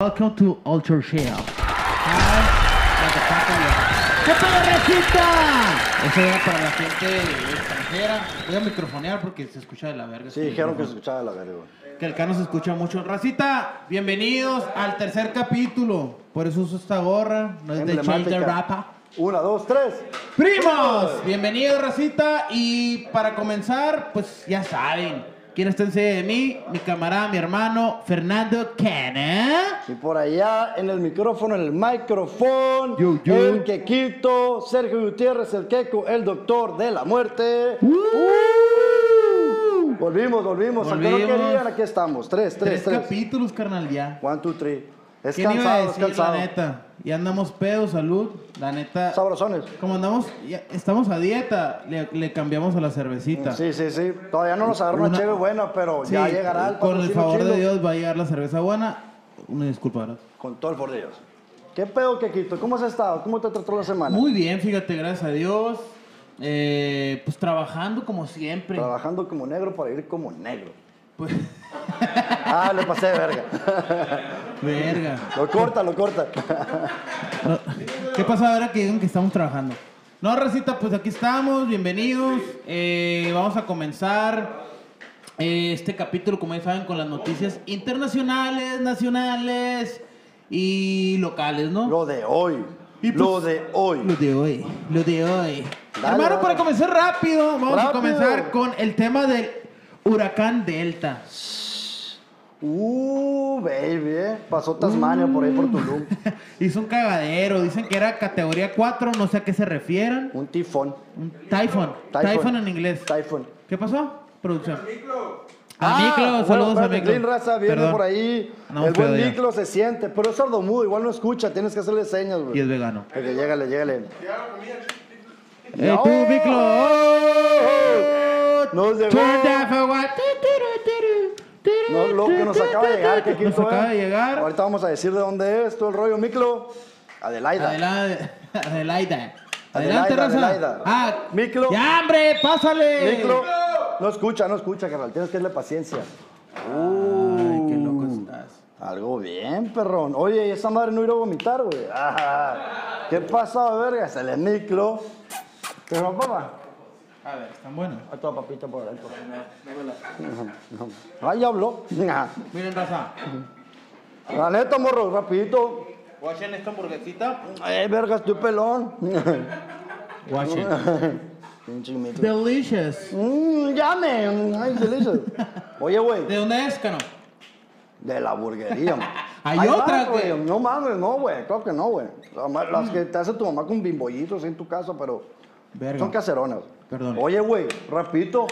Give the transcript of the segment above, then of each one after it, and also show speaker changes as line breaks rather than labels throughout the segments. Welcome to Ultra Shell. ¿Qué pedo, racita?
Eso era para la gente extranjera. Voy a microfonear porque se escucha de la verga.
Sí, dijeron que se escuchaba la verga. güey.
Que el cano se escucha mucho. Racita, bienvenidos al tercer capítulo. Por eso uso esta gorra. No es de Change the
Emblemática.
Rapa.
Una, dos, tres.
¡Primos! Bienvenidos, Racita. Y para comenzar, pues ya saben. ¿Quién está en sede de mí? Mi camarada, mi hermano, Fernando Cana.
Y por allá, en el micrófono, en el micrófono,
Yo, yo.
el quequito, Sergio Gutiérrez, el queco, el doctor de la muerte. Volvimos, volvimos. Aunque no
Volvimos.
querían, aquí estamos. Tres,
Tres
tres, tres.
capítulos, carnal, ya.
One, two, three. Es
¿Quién iba a
cansado, es
decir, la
cansado.
neta? Ya andamos pedos, salud. La neta.
Sabrosones.
Como andamos, ya estamos a dieta, le, le cambiamos a la cervecita.
Sí, sí, sí. Todavía no nos agarró una,
Una-
chévere buena, pero ya
Sí,
llegará el
Con el
patrocinio
favor
chilo.
de Dios va a llegar la cerveza buena. Una disculpa, ¿verdad?
Con todo el favor de Dios. ¿Qué pedo, quequito? ¿Cómo has estado? ¿Cómo te trató la semana?
Muy bien, fíjate, gracias a Dios. Eh, pues trabajando como siempre.
Trabajando como negro para ir como negro.
Pues,
Ah, le pasé de verga.
verga.
Lo corta, lo corta.
No, ¿Qué pasa ahora que digan que estamos trabajando? No, Recita, pues aquí estamos, bienvenidos. Eh, vamos a comenzar eh, este capítulo, como ya saben, con las noticias internacionales, nacionales y locales, ¿no?
Lo de hoy.
Y pues-
lo de
Lo
hoy.
de hoy, lo de hoy.
Dale,
Hermano,
dale.
para comenzar rápido, vamos a
Rápido.
comenzar con el tema del huracán Delta.
Uh, baby, eh. Pasó Tasmania por ahí
Uh.
por Tulum.
Hizo un cagadero, dicen que era categoría 4, no sé a qué se refieran.
Un tifón.
Un typhoon, typhoon,
Typhoon.
en inglés.
Typhoon.
¿Qué pasó? Producción.
Ah,
A Miklo,
bueno,
saludos a
espérate,
Miklo.
Clean Raza viene
Perdón.
por ahí.
No,
el buen
pedo ya.
Miklo se siente, pero es sordomudo, igual no escucha, tienes que hacerle señas,
Y es
güey.
vegano.
Ok, llégale, llégale.
¡Eh, tú,
¡Oh!
Miklo! ¡Oh!
Nos llegó.
Turn that for what? Tu, tu, tu, tu,
No, lo que nos acaba de llegar, que aquí
Nos acaba de llegar.
Ahorita vamos a decir de dónde es todo el rollo, Miklo. Adelaida.
Adelaida. Adelaida. Adelante,
Adelaida,
raza.
Adelaida.
Ah,
Miklo.
¡Ya, hombre! ¡Pásale!
Miklo, no escucha, no escucha, carnal. Tienes que darle paciencia.
Ay, qué
Uh.
loco estás.
Algo bien, perrón. Oye, y esa madre no iba a vomitar, güey. Ah, ¿Qué pasa, verga? Se le miclo. ¿Te lo papá?
A ver, están buenos.
A toda papita por adentro. Ah, ya habló.
Miren, raza.
La neta, morro, rapidito.
Guachen esta hamburguesita.
Eh, verga, estoy pelón.
Guachen.
Pinche miclo.
Delicious.
Mmm, llame. Ay, delicious. Oye, güey.
¿De dónde es, Cano?
De la burguería, man.
Hay
Ahí
otra, Mm.
vas,
güey.
No mames, no, güey. Claro que no, güey. La ma- Las que te hace tu mamá con bimbollitos en tu casa, pero
Verga.
son caseronas.
Perdón.
Oye, güey, repito,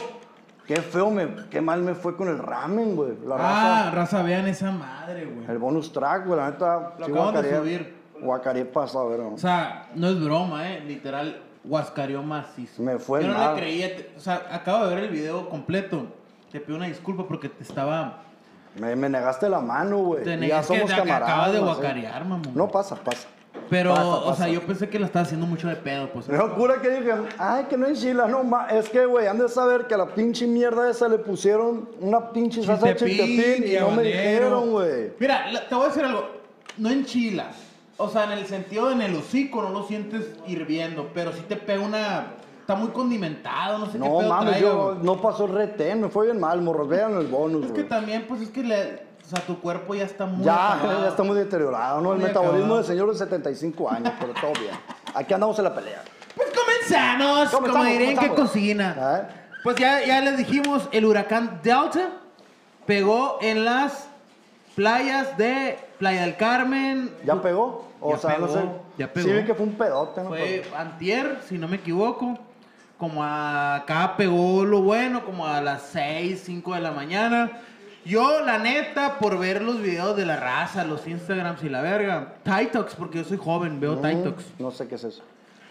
qué feo me, qué mal me fue con el ramen, güey. La
Ah,
raza.
raza, vean esa madre, güey.
El bonus track, güey, la neta.
Lo acaban de
guacareé-
subir.
guacareé pasado, güey.
O sea, no es broma, eh. Literal, Huascareó macizo.
Me fue
Yo no
mal.
le creía. te- O sea, acabo de ver el video completo. Te pido una disculpa porque te estaba.
Me, me negaste la mano, güey.
Te
Ya
negas que
somos
te
camaradas.
acabas de
no sé.
guacarear, mamón.
No pasa, pasa.
Pero,
pasa,
o sea,
pasa.
yo pensé que la estaba haciendo mucho de pedo, pues.
Me locura que dije, ay, que no enchilas, no, ma, es que, güey, han de saber que a la pinche mierda esa le pusieron una pinche salsa de chiltepín y no me
habanero.
dijeron, güey.
Mira, la- te voy a decir algo. No enchilas. O sea, en el sentido de en el hocico no lo sientes hirviendo, pero sí te pega una. Está muy condimentado, no sé qué
No
pedo
mames,
traiga,
yo
güey.
no pasó el retén, me fue bien mal, morros, vean el bonus,
Es que
güey.
también, pues es que le- o sea, tu cuerpo ya está muy.
Ya,
acabado.
ya estamos deteriorados, ¿no? El
Muy
metabolismo
acabado.
del señor de 75 años, pero todo bien. Aquí andamos en la pelea.
Pues comenzamos, como
Comenzamos,
diré en qué
comenzamos.
cocina.
¿Ah?
Pues ya, ya les dijimos, el huracán Delta pegó en las playas de Playa del Carmen.
¿Ya pegó? O
Ya
sea, no
pegó,
sé.
ya
Sí
pegó.
vi que fue un pedote, ¿no?
Fue antier, si no me equivoco. Como a- acá pegó lo bueno, como a las 6, 5 de la mañana. Yo, la neta, por ver los videos de la raza, los Instagrams y la verga. Titox, porque yo soy joven, veo
Pero- mm,
Titox.
No sé qué es eso.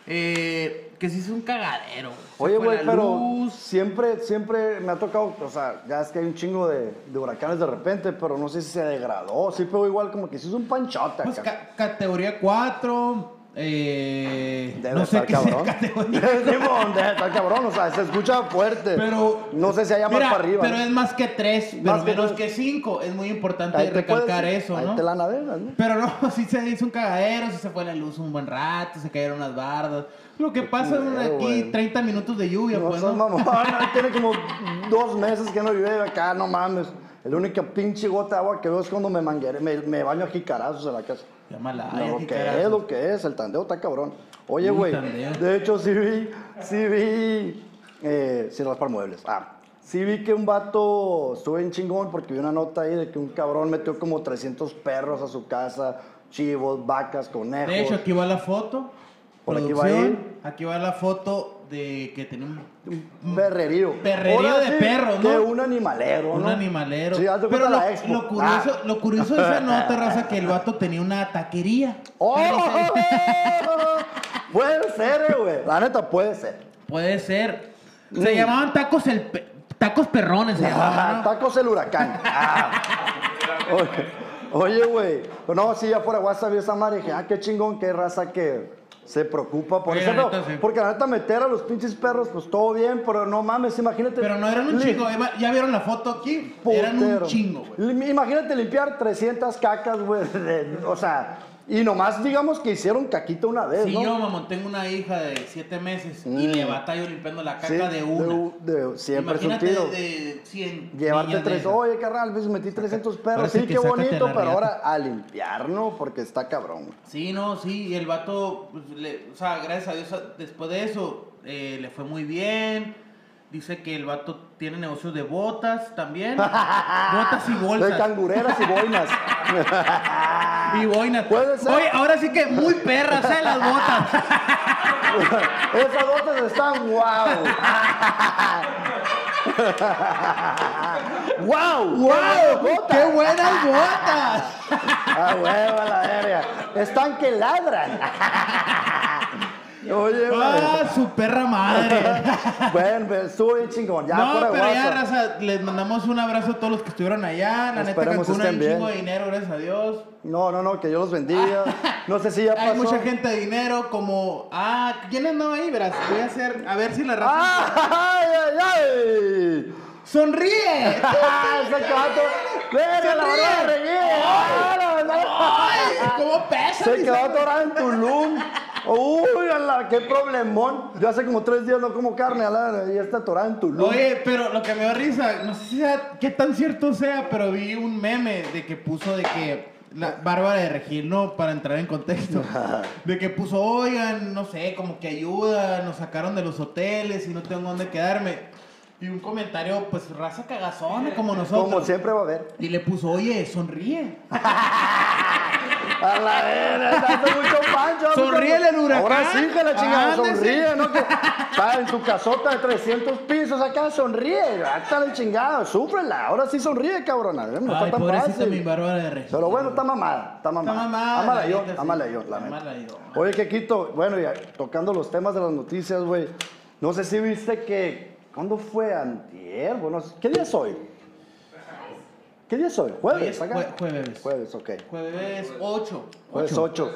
Eh, que sí es un cagadero. güey. Se
Oye,
fue
güey,
la
pero
luz.
siempre, siempre me ha tocado, o sea, ya es que hay un chingo de, de huracanes de repente, pero no sé si se degradó, sí pegó igual como que se hizo un panchote
Pues
acá.
ca- categoría 4. eh,
Debe
no sé
estar
qué sea
cabrón.
categoría.
Simón, debe estar cabrón, o sea, se escucha fuerte.
Pero
no sé si haya más
mira,
para arriba.
Pero
¿no?
es más que tres, pero
Más que
menos que
tres.
cinco. Es muy importante
Ahí te
recalcar
puedes-
eso,
ahí
¿no?
te la navegas, ¿no?
Pero no, sí se hizo un cagadero, sí se fue la luz un buen rato, se cayeron unas bardas. Lo que pasa es
culero,
aquí
güey.
30 minutos de lluvia,
No
pues.
seas
¿no?
mamón, tiene como dos meses que no llueve acá, no mames. La única pinche gota de agua que veo es cuando me manguere, me, me baño a jicarazos en la casa.
Ya mala,
No,
ay,
lo
qué
que es,
carajo.
lo que es, el tandeo está cabrón. Oye,
Uy,
güey,
tandeo.
de hecho sí vi, sí vi, eh, sin raspar muebles, ah, sí vi que un vato, estuve en chingón porque vi una nota ahí de que un cabrón metió como 300 perros a su casa, chivos, vacas, conejos.
De hecho, aquí va la foto.
Por aquí va
producción, aquí va la foto de que tenía un
Un Perrerío.
Perrerío de perros,
Que
¿no?
un animalero,
Un
¿no?
animalero.
Sí, haz de
Pero
cuenta
lo,
la expo.
lo curioso,
Ah.
lo curioso de esa nota, raza, que el vato tenía una taquería.
¡Oh!
Pero, eh,
puede ser, eh, güey. La neta puede ser.
Puede ser. Se
Mm.
llamaban tacos el pe- tacos perrones, se llamaban.
Ah,
¿no?
Tacos el huracán. Ah. Oye- Oye, güey. Pero No, sí, ya fuera WhatsApp vi esa madre y dije, ah, qué chingón, qué raza que se preocupa por
Oye,
eso.
la
no,
neta, sí.
Porque la neta meter a los pinches perros, pues todo bien, pero no mames, imagínate.
Pero no eran un
Li-
chingo. Eva, ¿Ya vieron la foto aquí? Eran un
Putero.
chingo, güey.
Lim- Imagínate limpiar 300 cacas, güey. de- O sea, y nomás digamos que hicieron caquita una vez,
Si
¿no?
yo, mamón, tengo una hija de 7 meses y
Mm.
le batallo limpiando la
Sí,
caca de una.
u- de- siempre es un
Imagínate
tiro.
de, de 100.
Llevarte
niñas de
tres,
esas.
oye, carnal, pues metí 300 perros.
parece
Sí,
que
qué
sácate
bonito,
la
pero
riata.
ahora a limpiar, ¿no? Porque está cabrón.
Sí, no, sí, y el vato, pues, le- o sea, gracias a Dios, a- después de eso, eh, le fue muy bien. Dice que el vato tiene negocios de botas también. botas y
De
bolsas.
cangureras y boinas.
Y boinas.
Puede ser.
Oye, ahora sí que muy perras, ¿eh? Las botas.
Esas botas están guau. ¡Guau! ¡Guau!
¡Qué buenas botas!
¡Ah, huevo, a la verga! Están que ladran. Oye, güey.
¡Ah, su perra madre!
Bueno, pues, estuvo bien chingón. Ya,
no,
fuera de
pero ya,
WhatsApp.
raza, les mandamos un abrazo a todos los que estuvieron allá. La neta,
Esperemos
Cancún hay un
estén
chingo de
bien.
dinero, gracias a Dios.
No, no, no, que yo los bendiga. No sé si ya pasó.
Hay mucha gente de dinero, como. Ah, ¿quién andaba ahí? Verás, voy a hacer. A ver si la raza.
Ah. ¡Ay, ay, ay!
¡Sonríe!
¡Ah, ese vato! ¡Verga, la
¡Se
verdad,
ríe!
regué! ¡Ah, la
¡Ay!
verdad!
¿Cómo pesa?
Se
mi
quedó
sangre?
atorada en Tulum. ¡Uy, a la, qué problemón! Yo hace como tres días no como carne, a la, y está atorada en Tulum.
Oye, pero lo que me da risa, no sé si sea, qué tan cierto sea, pero vi un meme de que puso de que la Bárbara de Regil, no, para entrar en contexto, de que puso, oigan, no sé, como que ayuda, nos sacaron de los hoteles y no tengo dónde quedarme. Y un comentario, pues raza cagazona como nosotros.
como siempre va a haber.
Y le puso, oye, sonríe.
A la verga, está haciendo mucho pancho.
Sonríele al huracán.
Ahora sí que la chingada
Ándese.
sonríe, ¿no? Que está en su casota de 300 pisos acá, sonríe. Hasta la chingada, súfrela. Ahora sí sonríe, cabrona. No
Ay,
está tan
pobrecita
fácil.
mi Bárbara de Regil.
Pero bueno, está mamada, está mamada.
Está mamada,
Ámala
la
yo,
neta, sí.
ámala yo, la
Ámala
neta.
yo.
Oye, que quito, bueno, ya tocando los temas de las noticias, güey. No sé si viste que, ¿cuándo fue antier? Bueno, ¿qué día es hoy? ¿Qué día es hoy?
Hoy
¿Jueves?
es
acá?
jue- jueves.
Jueves, ok.
Jueves 8.
Jueves 8.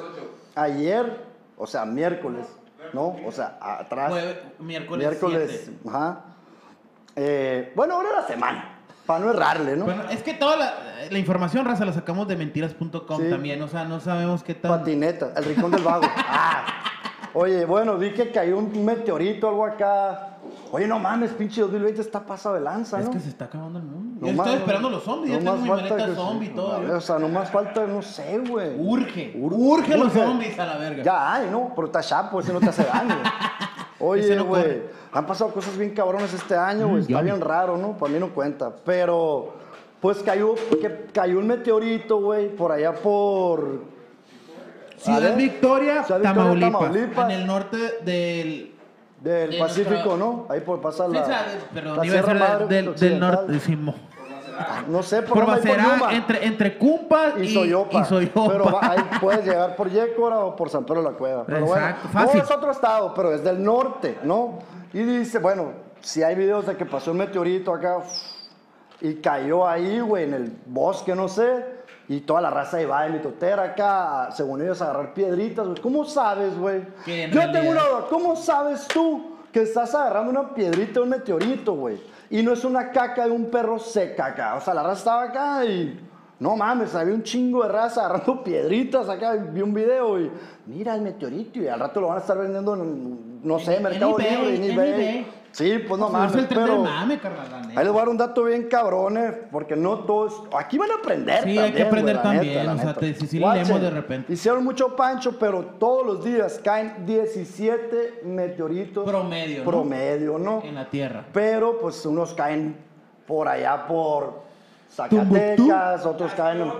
Ayer, o sea, miércoles, ¿no? O sea, a- atrás.
Jueves, miércoles,
Ah, miércoles.
7.
Ajá. Eh, bueno, ahora la semana. Para no errarle, ¿no?
Bueno, es que toda la, la información, raza, la sacamos de mentiras.com
Sí.
también. O sea, no sabemos qué tan...
Patineta, el rincón del vago. Ah. Oye, bueno, vi que cayó un meteorito, algo acá. Oye, no mames, pinche 2020 está pasado de lanza, ¿no?
Es que se está acabando el mundo.
No
Yo
más-
estoy esperando los zombies.
no
ya tengo
más
mi
falta
maleta
que-
zombie y todo.
O sea, nomás falta, no sé, güey.
Urge.
Ur-
urge los
urge.
zombies a la verga.
Ya hay, ¿no? Pero está chapo, ese no te hace daño.
Ese
Oye,
no
güey,
corre.
han pasado cosas bien cabrones este año, güey.
ya
Está bien raro, ¿no? Para mí no cuenta. Pero, pues cayó, que cayó un meteorito, güey, por allá por... A
Ciudad
ver.
Victoria,
Ciudad Victoria,
Tamaulipas,
Tamaulipas.
En el norte del...
Del
De
Pacífico,
nuestra-
¿no? Ahí por pasar la...
Sí, sabe, perdón,
la
iba a
Sierra
ser
Madre
del,
pues,
del, del
Occidental. Ah,
norte. decimos.
No sé, por,
Por
dónde, ahí por
Macerá,
Yuma.
entre, entre Cumpa y,
y Soyopa.
y Soyopa.
Pero va- ahí puedes llegar por Yécora o por San Pedro de la Cueva. Pero
Exacto,
bueno,
fácil.
no es otro estado, pero es del norte, ¿no? Y dice, bueno, si hay videos de que pasó un meteorito acá uf, y cayó ahí, güey, en el bosque, no sé. Y toda la raza de va de mi totera acá, a- según ellos, a agarrar piedritas, güey. ¿Cómo sabes, güey?
Que en
Yo tengo
realidad-
una duda. ¿Cómo sabes tú que estás agarrando una piedrita, un meteorito, güey? Y no es una caca de un perro seca acá. O sea, la raza estaba acá y. No mames, había un chingo de raza agarrando piedritas acá. Vi un video y. Mira el meteorito y al rato lo van a estar vendiendo en. No sé,
En-
Mercado
en eBay,
Libre, en
en
eBay.
eBay.
Sí, pues no mames.
es el tren del
pero-
mame, carnal. la neta.
Ahí les voy a dar un dato bien cabrones, porque no todos. Aquí van a aprender
Sí, hay
también.
que aprender
güey, la
también,
neta, la
o sea,
neta.
te- sí, sí le
Guachen,
leemos de repente.
Hicieron mucho pancho, pero todos los días caen 17 meteoritos.
Promedio, ¿no?
Promedio, ¿no?
En la tierra.
Pero pues unos caen por allá por
Tumbuctú.
Zacatecas, otros caen en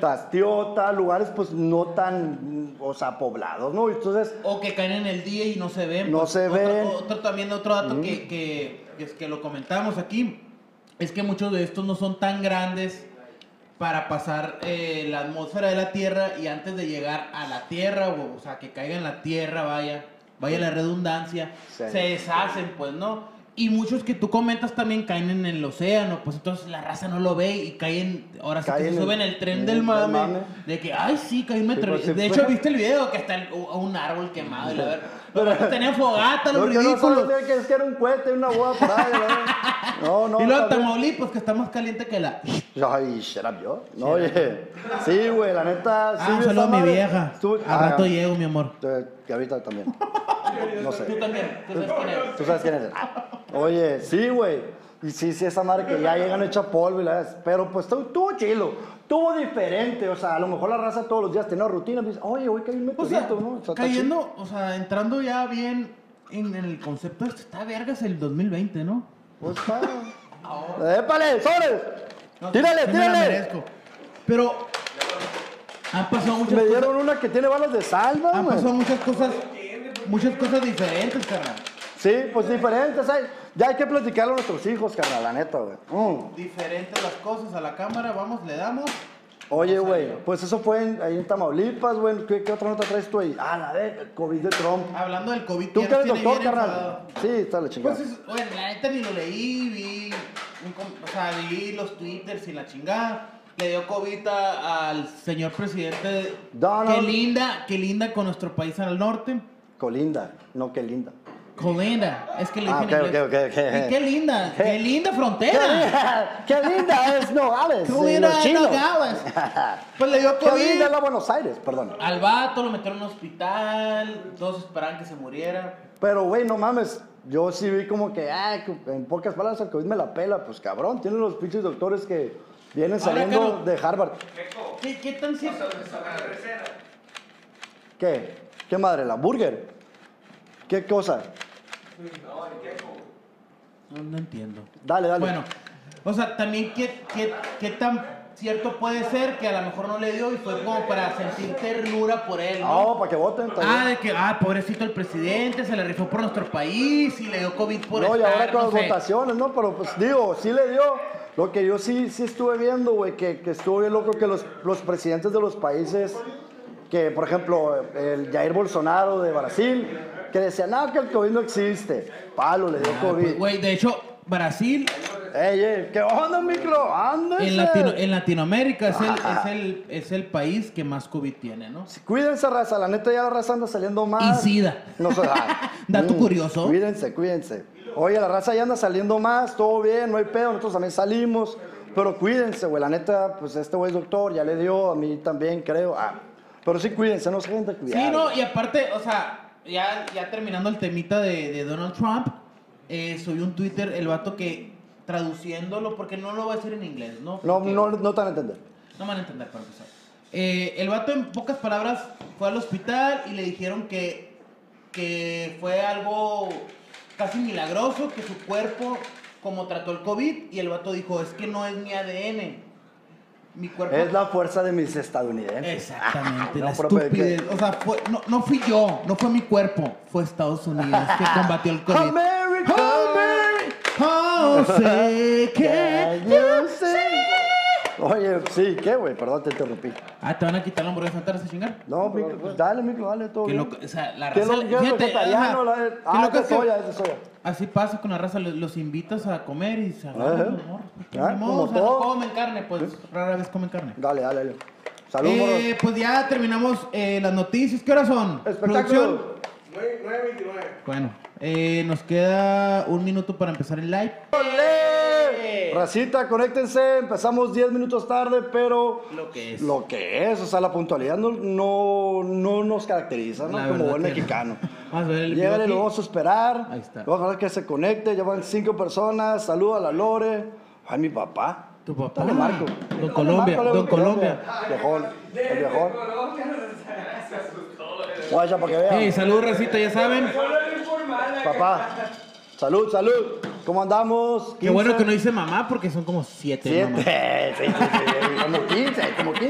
Tastiota, lugares pues no tan, o sea, poblados, ¿no? Entonces,
O que caen en el día y no se ven.
No se
otro,
ven.
Otro también, otro dato que, que, que es que lo comentamos aquí, es que muchos de estos no son tan grandes para pasar eh, la atmósfera de la Tierra y antes de llegar a la Tierra, o, o sea, que caiga en la Tierra, vaya, vaya la redundancia,
Sí.
se deshacen, pues, ¿no? Y muchos que tú comentas también caen en el océano, pues entonces la raza no lo ve y caen, ahora sí que
Caen
se
en-
suben el tren
en
del
el
mame,
mame.
de que, ay, sí, caí un
Sí,
metro.
pues, sí,
de hecho,
fue-
viste el video que está el- u- un árbol quemado y la verdad. Pero tenían fogata,
lo
los
que no
ridículos.
sabes es que era un cohete, una boda por ahí, ¿verdad? No, no.
y luego
también-
Tamaulipas, que está más caliente que la.
Ay, shut up, yo. No, oye. Sí, güey, la neta. sí,
Ah, un
esa
saludo a mi
madre
vieja.
estuvo-
Al
Ah,
rato llego, mi amor.
eh, Que ahorita también. No sé.
Tú también, tú sabes quién eres.
Tú sabes quién es. Ah, Oye, sí, güey. Y sí, sí, esa madre que ya llegan hecha polvo y la ves. Pero pues estuvo- estuvo chilo. Estuvo diferente. O sea, a lo mejor la raza todos los días tenía rutina. Dice, oye, hoy cayó un
O sea,
meteorito, ¿no? O sea, está chido.
cayendo, o sea, entrando ya bien en el concepto, esto está vergas el 2020, ¿no?
Pues está. ¡Épale, sobres!
No,
¡Tírale,
sí me la
tírale!
merezco. Pero han pasado muchas
Me
cosas.
dieron una que tiene balas de salva,
Han
güey.
pasado muchas cosas, muchas cosas diferentes, carnal.
Sí, pues diferentes, ¿sabes? Ya hay que platicarlo a nuestros hijos, carnal, la neta, güey. Mm.
Diferentes las cosas a la cámara, vamos, le damos.
Oye, güey, pues eso fue en- ahí en Tamaulipas, güey. ¿Qué, qué otra nota traes tú ahí? Ah, la de COVID de Trump.
Hablando del COVID,
¿Tú
ya
qué eres
nos tiene
doctor,
bien
carnal?
enfadados.
Sí, está la chingada.
Pues, es- bueno, la neta ni lo leí, vi, un com- o sea, vi los twitters y la chingada. Le dio COVID a- al señor presidente.
Donald.
Qué linda, qué linda con nuestro país al norte.
Colinda, no, qué linda.
Colinda, es que le
Ah,
dije en
ok,
inglés.
ok, ok, ok.
Y qué linda,
¿Qué?
qué linda
¡Qué
frontera.
linda! ¡Qué linda es Nogales!
Qué
eh,
linda
los
es
chinos.
Nogales. Pues le dio
¡Qué linda es
COVID.
la Buenos Aires! Perdón.
Al vato lo metieron en un hospital, todos esperaban que se muriera.
Pero, güey, no mames. Yo sí vi como que, ah, que en pocas palabras, el COVID me la pela. Pues cabrón, tienen los pinches doctores que vienen
Ahora,
saliendo
Carlos.
de Harvard.
¿Qué, qué tan cierto?
¿Qué? ¿Qué madre? ¿La burger? ¿Qué cosa?
No, no entiendo.
Dale, dale.
Bueno, o sea, también qué, qué, qué tan cierto puede ser que a lo mejor no le dio y fue como para sentir ternura por él,
Ah,
¿no?
oh, para que voten. está
Ah,
bien.
de que, ah, pobrecito el presidente, se le rifó por nuestro país y le dio COVID por
no, y
estar,
ahora con
no
las
sé.
votaciones, ¿no? Pero pues digo, sí le dio. Lo que yo sí, sí estuve viendo, güey, que, que estuvo bien loco que los, los presidentes de los países, que por ejemplo, el Jair Bolsonaro de Brasil, que decía, no, que el COVID no existe. Palo, le dio
Ah,
COVID.
pues, Güey, de hecho, Brasil
ey, ey, ¿qué onda, micro? Ándese.
en, Latino- en Latinoamérica es el, es, el, es el país que más COVID tiene, ¿no?
Cuídense, raza. La neta, ya la raza anda saliendo más.
Y sida.
No se da.
Dato curioso.
Cuídense, cuídense. Oye, la raza ya anda saliendo más. Todo bien, no hay pedo. Nosotros también salimos. Pero cuídense, güey. La neta, pues este güey es doctor. Ya le dio a mí también, creo. Ah, pero sí, cuídense. No se dejen de cuidar.
Sí, no, y aparte, o sea, ya, ya terminando el temita de, de Donald Trump, eh, subió un Twitter, el vato que traduciéndolo, porque no lo va a decir en inglés, ¿no?
No,
Porque-
no, no te van a entender.
No me van a entender para empezar. Eh, el vato, en pocas palabras, fue al hospital y le dijeron que, que fue algo casi milagroso, que su cuerpo, como trató el COVID, y el vato dijo, es que no es mi ADN. Mi cuerpo
Es la fuerza de mis
Eh,
estadounidenses.
Exactamente,
Ah, No,
la
profe,
estupidez. O sea, fue- no, no fui yo, no fue mi cuerpo, fue Estados Unidos que combatió el COVID.
America.
Oh, sé que
Yo sé. Oye, sí, ¿qué, güey? Perdón, te interrumpí.
Ah, te van a quitar la hamburguesa, ¿no te vas a chingar.
No, micro, pues dale, micro, dale todo.
Que lo,
bien.
o sea, la
Que
raza.
lo- que es
fíjate,
vegetariano,
ajá,
la-
que
Ah,
lo que
ese
es que-
soya, ese soya.
Así pasa con la raza, lo- los, invitas a comer y se agarran
Ajá.
los morros, pues,
Ah,
ni modo,
como
o sea, no
todo.
comen carne, pues rara vez comen carne.
Dale, dale, dale. Salud,
Eh, pues ya terminamos eh, las noticias. ¿Qué horas son?
morros.
¿Producción?
Espectáculo.
Bueno, eh, nos queda un minuto para empezar el live.
Racita, conéctense. Empezamos 10 minutos tarde, pero
Lo que es.
lo que es, o sea, la puntualidad no, no, no nos caracteriza, ¿no?
La
Como
verdad
buen
que-
mexicano.
Vamos a ver el video
Llegale,
aquí.
lo vamos a esperar.
Ahí está.
Vamos a ver que se conecte. Ya van cinco personas. Saluda a la Lore. Ay, mi papá.
Tu papá.
Dale, Marco.
Don
Dale,
Colombia,
Marco, dale,
Don
Viejón. El viejón. Guacha, para que vean.
Hey, salud, racita, ya saben.
Papá. Salud, salud. ¿Cómo andamos?
Qué bueno que no
15.
dice mamá porque son como siete. mamá.
Siete, sí, sí, sí, como 15, como 15.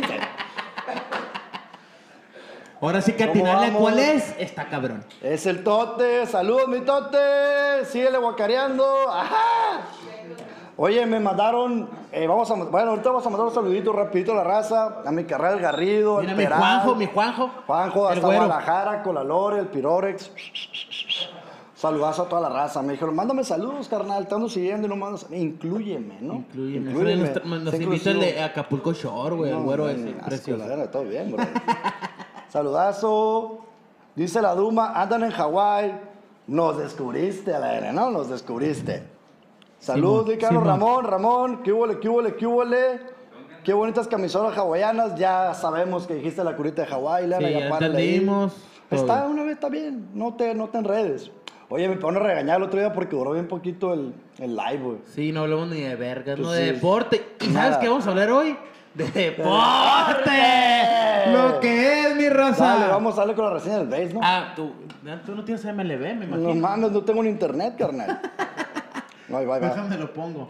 Ahora sí que
¿Cómo
atinarle
vamos?
cuál es, está cabrón.
Es el Tote, saludos mi Tote, síguele guacareando. Ajá. Oye, me mandaron, eh, vamos a, bueno, ahorita vamos a mandar un saludito rapidito a la raza, a mi Carral Garrido,
Mira
al
mi
Peral,
Juanjo, mi Juanjo.
Juanjo,
El
hasta
güero.
Guadalajara, con la Lore, el Pirorex. Saludazo a toda la raza. Me dijeron, mándame saludos, carnal, te ando siguiendo y no mandas, inclúyeme, ¿no?
Incluyeme. Nos, nos
Sé
invita el
inclusivo.
de Acapulco Shore, güey, el
No,
güero
no,
ese,
asco, la
precioso.
verga, todo bien, bro. Saludazo. Dice la Duma, andan en Hawái. Nos descubriste, a la verga, ¿no? Nos descubriste. Salud,
Simón,
y Carlos
Simón.
Ramón, Ramón, qué huele, qué huele, qué huele. Qué bonitas camisolas hawaianas. Ya sabemos que dijiste la curita de Hawái, la
Sí,
la
ya
Yapana, la I.
entendimos, todo
Está
bien.
una vez, está bien. No te, no te enredes. Oye, me pone a regañar el otro día porque duró bien poquito el, el live, güey.
Sí, no hablamos ni de vergas,
Pues
no de
sí.
deporte. ¿Y
Nada.
sabes qué vamos a hablar hoy? De deporte.
deporte.
Lo que es, mi raza.
Dale, vamos a darle con la reseña del base, ¿no?
Ah, tú, ah, tú no tienes MLB, me
No
imagino.
mames, no tengo un internet, carnal. No, ahí va, ahí va.
Déjame lo pongo.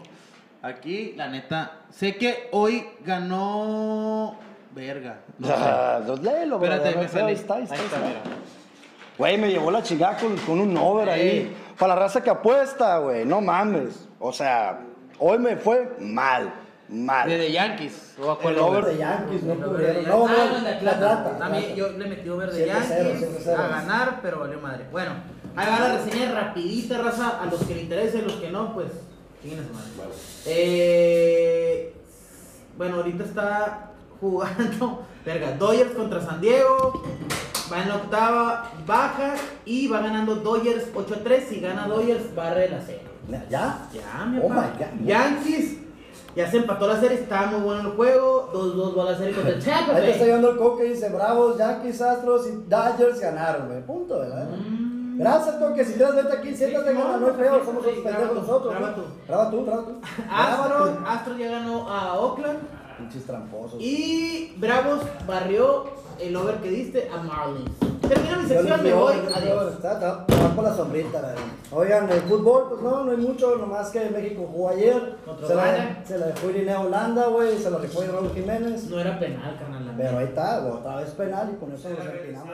Aquí, la neta, sé que hoy ganó. Verga. No sé.
Ah, pues léelo, bro.
Espérate, me
Ahí
sale.
está, ahí está, ahí está.
mira.
Güey, me llevó la chingada con, con un over ahí.
Ey.
Para la raza que apuesta, güey. No mames. O sea, hoy me fue mal.
De
Mal.
The Yankees. ¿O a cuál
El over
over?
de Yankees, Pues, no
Verde
cubrieron.
Yankees.
No,
Ah,
no,
en la
la
Atlanta.
plata.
También yo le metí over de
7-0,
Yankees
7-0.
a ganar, pero valió madre. Bueno, ahí va la reseña rapidita, raza. A los que le interese, a los que no, pues, chinguen a su madre. Eh, bueno, ahorita está jugando, verga, Dodgers contra San Diego. Va en la octava baja y va ganando Dodgers 8-3. Si gana Dodgers, barre la serie.
¿Ya?
Ya, mi
Oh
papá.
my God.
Yankees. Ya se empató la serie, estaba muy bueno el juego. 2-2 va la serie contra el Tampa
Ahí te
Bay.
está llegando el coque y dice Bravos, Yankees, Astros y Dodgers ganaron, güey. Punto, ¿verdad? Gracias, coque. Si quieres vete aquí, siéntate,
Mm. Sí,
gana,
no,
no es feo,
sí,
somos
sí,
los
graba
pendejos
tú,
nosotros.
graba
¿no?
tú.
Graba tú, graba tú.
Astros,
Graba
Astros ya ganó a Oakland.
tú. Pinches tramposos.
Y Bravos barrió el over que diste a Marlins. Termino mi
Yo
sección,
no
me
veo,
voy.
yo no veo,
Adiós.
Está, está, está por la sombrita, la verdad. Oigan, el fútbol, pues no, no hay mucho, nomás que México jugó ayer.
Contra
Se
Holanda.
la, se la dejó ir a Holanda, güey, se la dejó ir Raúl Jiménez.
No era penal, carnal. la
Pero
neta.
ahí está, güey, otra vez penal y con eso nos empinamos.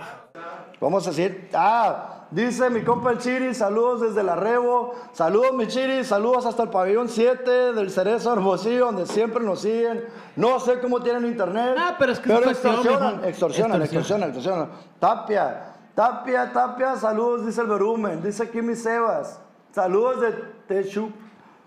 Vamos a decir, ah, dice mi compa el Chiri, saludos desde la Rebo, saludos mi Chiri, saludos hasta el pabellón 7 del Cerezo Hermosillo, donde siempre nos siguen. No sé cómo tienen internet.
Ah, pero es que es cuestión,
extorsionan,
mijo.
extorsionan,
Extorsión.
extorsionan, extorsionan. Tapia, Tapia, Tapia, saludos, dice el Berumen, dice Kimi Sebas, saludos de Techu,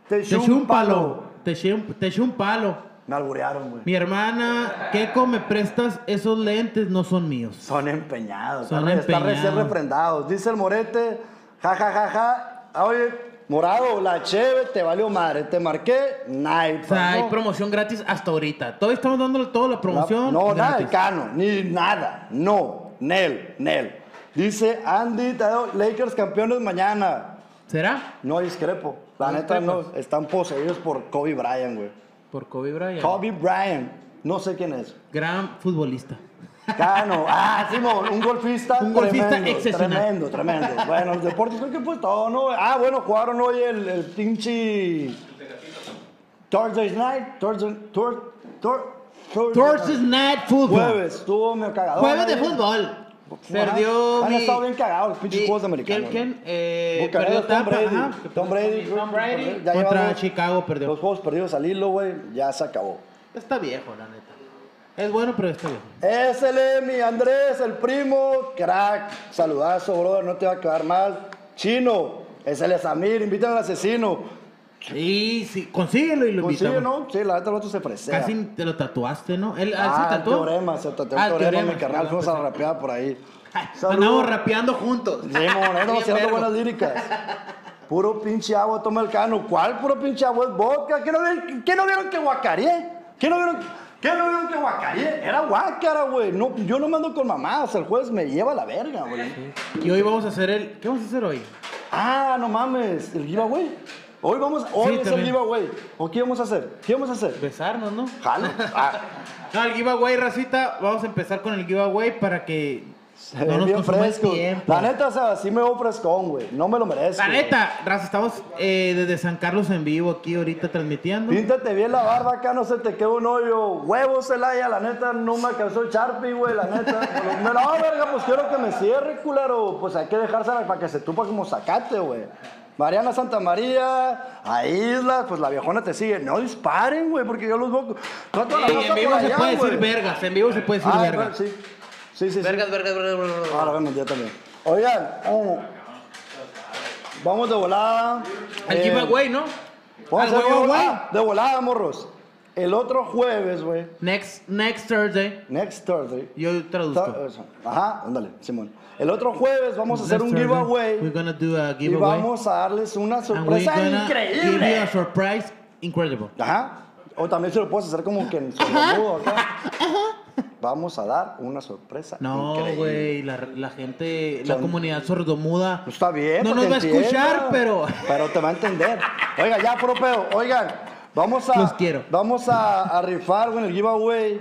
Te eché un palo. Te eché un, te eché un palo.
Me alburearon, güey.
Mi hermana, Keiko, me prestas esos lentes, no son míos.
Son empeñados.
Son
están, están
empeñados.
recién refrendados. Dice el Morete, ja, ja, ja, ja. Ah, Oye, Morado, la cheve te valió madre. Te marqué, naipa.
O sea, hay
¿no?
promoción gratis hasta ahorita. Todavía estamos dándole toda la promoción.
No,
gratis.
nada de Cano, ni nada. No, Nel, Nel. Dice Andy, Tadeo, Lakers campeones mañana.
¿Será?
No discrepo. La
No
neta, no.
discrepas.
Están poseídos por Kobe Bryant, güey.
Por Kobe Bryant.
Kobe Bryant. No sé quién es.
Gran futbolista.
Cano, ah, Simón, un golfista
Un golfista
tremendo,
excepcional.
Tremendo, tremendo. Bueno, los deportes creo que fue todo, ¿no? Ah, bueno, jugaron hoy el, el pinche... Thursday night, Thursday... Thur, Thur- Thursday
Thursday Night Football.
Jueves, estuvo medio cagadón.
Jueves de
ahí.
fútbol.
Ajá.
Perdió
Han
mi...
estado bien cagados los pinches
mi-
juegos americanos.
¿Quién?
¿no?
quién? Eh, perdió
Bucaneros, Tom
Tampa.
Brady.
ajá.
Tom Brady.
Tom Brady
Ya
contra
llevamos
Chicago perdió.
Los juegos perdidos al hilo, güey, ya se acabó.
Está viejo, la neta. Es bueno, pero está viejo.
Es el Emi, Andrés, el primo, crack. Saludazo, brother, no te va a quedar mal. Chino, es el Samir, invítame al asesino.
Sí, sí, consíguelo y lo
Consigue,
invitamos.
¿no? Pues Sí, la neta, el vato se presea.
Casi te lo tatuaste, ¿no? Él ah,
Ah,
se
el
tatuó.
teorema, se tatuó el
Ah, el
teorema, mi
teorema,
carnal,
perdón,
fuimos a la
perdón.
rapeada por ahí.
Andamos
Saludos.
rapeando juntos.
Sí, monero,
Bien
haciendo
verga.
buenas líricas. Puro pinche agua toma el cano. ¿Cuál puro pinche agua es vodka? ¿Qué no, vi- qué no vieron que guacareé? ¿Qué no vieron, qué no vieron que guacareé? Era guácara, güey. No, yo no mando con mamás. El juez me lleva a la verga, güey.
Y hoy vamos a hacer el. ¿Qué vamos a hacer hoy?
Ah, no mames. El giveaway. Hoy vamos, hoy
Sí,
es el
también.
giveaway. ¿O qué vamos a hacer? ¿Qué vamos a hacer?
Besarnos, ¿no?
Jalo. Ah,
No, el giveaway, racita. Vamos a empezar con el giveaway para que.
se
no
ven
nos
bien
consuma el
fresco.
tiempo.
La neta, o sea, sí me veo frescón, güey. No me lo merezco.
La neta, raza, estamos eh, desde San Carlos en vivo aquí ahorita transmitiendo.
Píntate bien la barba acá, no se te quede un hoyo. Huevos, Celaya, la neta, no me alcanzó el Sharpie, güey, la neta. Me la verga, pues quiero que me cierre, culero. Pues hay que dejársela para que se tupa como sacate, güey. Mariana Santa María, a Islas, pues la viejona te sigue. No disparen, güey, porque yo los veo. Toda toda la
Sí,
raza
en vivo
por
se
allá,
puede decir
güey.
vergas, en vivo se puede decir
Ah,
vergas.
bueno, sí. Sí, sí, sí.
Vergas, vergas, vergas, vergas.
Ahora vemos yo también. Oigan, oh, vamos de volada.
Al
Eh,
giveaway, ¿no?
Vamos
Al
a hacer de
giveaway.
volada, de volada, morros. El otro jueves, güey.
Next, next Thursday.
Next Thursday.
Yo
Ta-
traduzco.
eso. Ajá, ándale, Simón. El otro jueves eh, vamos a hacer un
Next Thursday, We're
giveaway
gonna do a
y
giveaway. Ah,
vamos a darles una
and we're
sorpresa
gonna give you a
increíble.
surprise incredible.
Ajá. O también se lo puedes hacer como que en sordomudo acá. Vamos a dar una sorpresa
No,
increíble.
güey, la, la gente, la
Son-
comunidad sordomuda.
Pues Está bien.
No
para
nos
que
va a escuchar,
entienda,
pero.
Pero te va a entender. Oiga, ya, puro pedo. Oigan, vamos a.
Los quiero.
Vamos a, a rifar, güey, en el giveaway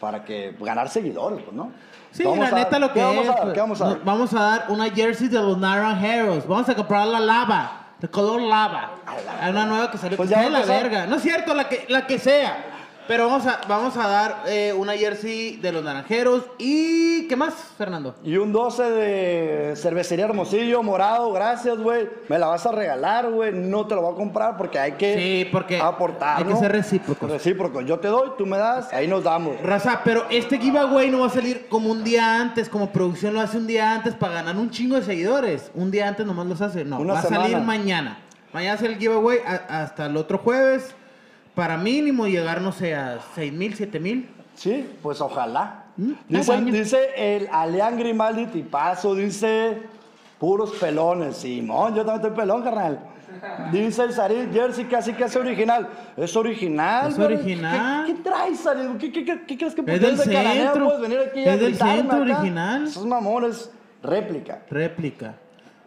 para que ganar seguidores, pues, ¿no?
Sí,
Vamos
la
a dar-
neta lo que
¿qué vamos
es.
a dar?
pues,
¿Qué vamos a
nos-
dar?
vamos a dar una jersey de los Naranjeros. Vamos a comprar la lava, de color lava.
A la
Hay una nueva que salió
Pues
que
ya
está de
va a
la
empezar.
verga. No es cierto, la que, la que sea. Pero vamos a, vamos a dar eh, una jersey de los Naranjeros. ¿Y qué más, Fernando?
Y un 12 de cervecería Hermosillo, morado, gracias, güey. Me la vas a regalar, güey. No te lo voy a comprar porque hay que
Sí, porque
aportar.
hay que
¿no?
ser recíprocos.
Eh, Recíprocos. Yo te doy, tú me das, ahí nos damos.
Raza, pero este giveaway no va a salir como un día antes, como producción lo hace un día antes para ganar un chingo de seguidores. Un día antes nomás los hace. No,
Una
va
semana.
a salir mañana. Mañana hace el giveaway a- hasta el otro jueves. Para mínimo llegar, no sé, a 6 mil, 7 mil.
Sí, pues ojalá.
Mm,
Dice,
está bueno.
dice el Aleán Grimaldi Tipazo, dice puros pelones. Simón, yo también estoy pelón, carnal. Dice el Sarit Jersey, casi casi original. Es original.
Es
güey.
original.
¿Qué, qué traes, Sarit? ¿Qué, qué, qué- qué crees que
Es
por qué
del
eres de Cananea?
centro.
Puedes venir aquí y
Es del
gritarme
centro
acá.
original.
Esos mamones, réplica.
Réplica.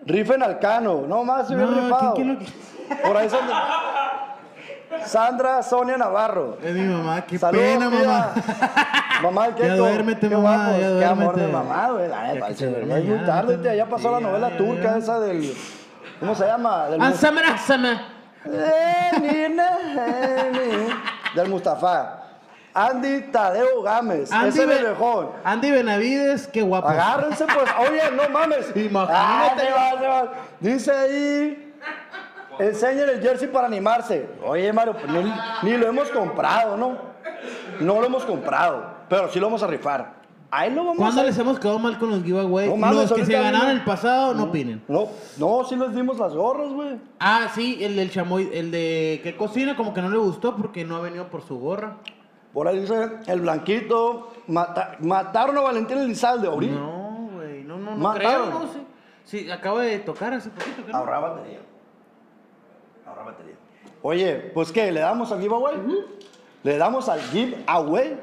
Rifen al cano, no más se hubiera
No,
rifado.
¿quién- quién
Por ahí son Sandra Sonia Navarro.
Es mi mamá, qué
Saludos,
pena,
tía.
mamá.
Mamá, ¿qué
Ya duérmete, mamá, ya
Qué amor de
duérmete.
mamá, güey. La
Ya
neta,
que se
che,
duerma
ya es muy
ya,
tarde,
ahorita
tía, Ya pasó la
ya,
novela
ya, Ah,
turca
ya.
esa del... ¿Cómo se llama? Del, Mus-
Ásame, ásame.
Eh, nina, eh, nina. del Mustafa. Andy Tadeo Gámez. ese
Ben-
bebejón.
Andy Benavides, qué guapo.
Agárrense, pues. Oye, no mames.
Imagínate.
Ah, se va, se va. Dice ahí. Enseñen el jersey para animarse. Oye, Mario, pues, ni, ni lo hemos comprado, ¿no? No lo hemos comprado, pero sí lo vamos a rifar. Ahí lo vamos
¿Cuándo
a
les hemos quedado mal con los giveaways?
No mames,
los que se
ahorita
ganaron
vino- Mm.
el pasado, no opinen.
No, no, sí les dimos las gorras, güey.
Ah, sí, el del chamoy, el de que cocina, como que no le gustó porque no ha venido por su gorra.
Por ahí dice el blanquito. mata- mataron a Valentín Elizalde ahorita.
No, güey, no, no, no creo,
Mataron.
no sé. Sí, acaba de tocar hace poquito, creo.
Ahorrar batería. Ahorrar batería. Oye, pues qué, ¿le damos al giveaway? ¿Le damos al giveaway?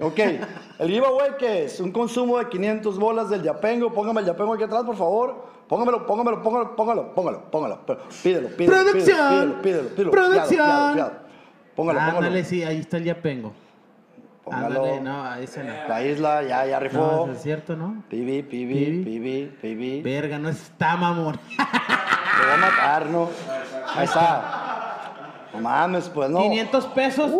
Ok, el giveaway que es un consumo de 500 bolas del yapengo. Póngame el yapengo aquí atrás, por favor. Póngamelo, póngamelo, póngalo, póngalo, póngalo, póngalo. Pero Pídelo, pídelo. pídelo,
Producción.
Pídelo, pídelo, pídelo.
Producción.
Cuidado, cuidado, cuidado. Póngalo,
Ándale,
póngalo.
sí, ahí está el yapengo.
Póngalo. Eh, oh.
Ándale, no, a ese no.
La isla, ya, ya
No,
rifó.
eso es cierto, ¿no?
Pibi, pibi,
Pibi.
pibi, pibi.
Verga, no está mamón.
Te va a matar, ¿no? Ahí está. No mames, pues no.
500 pesos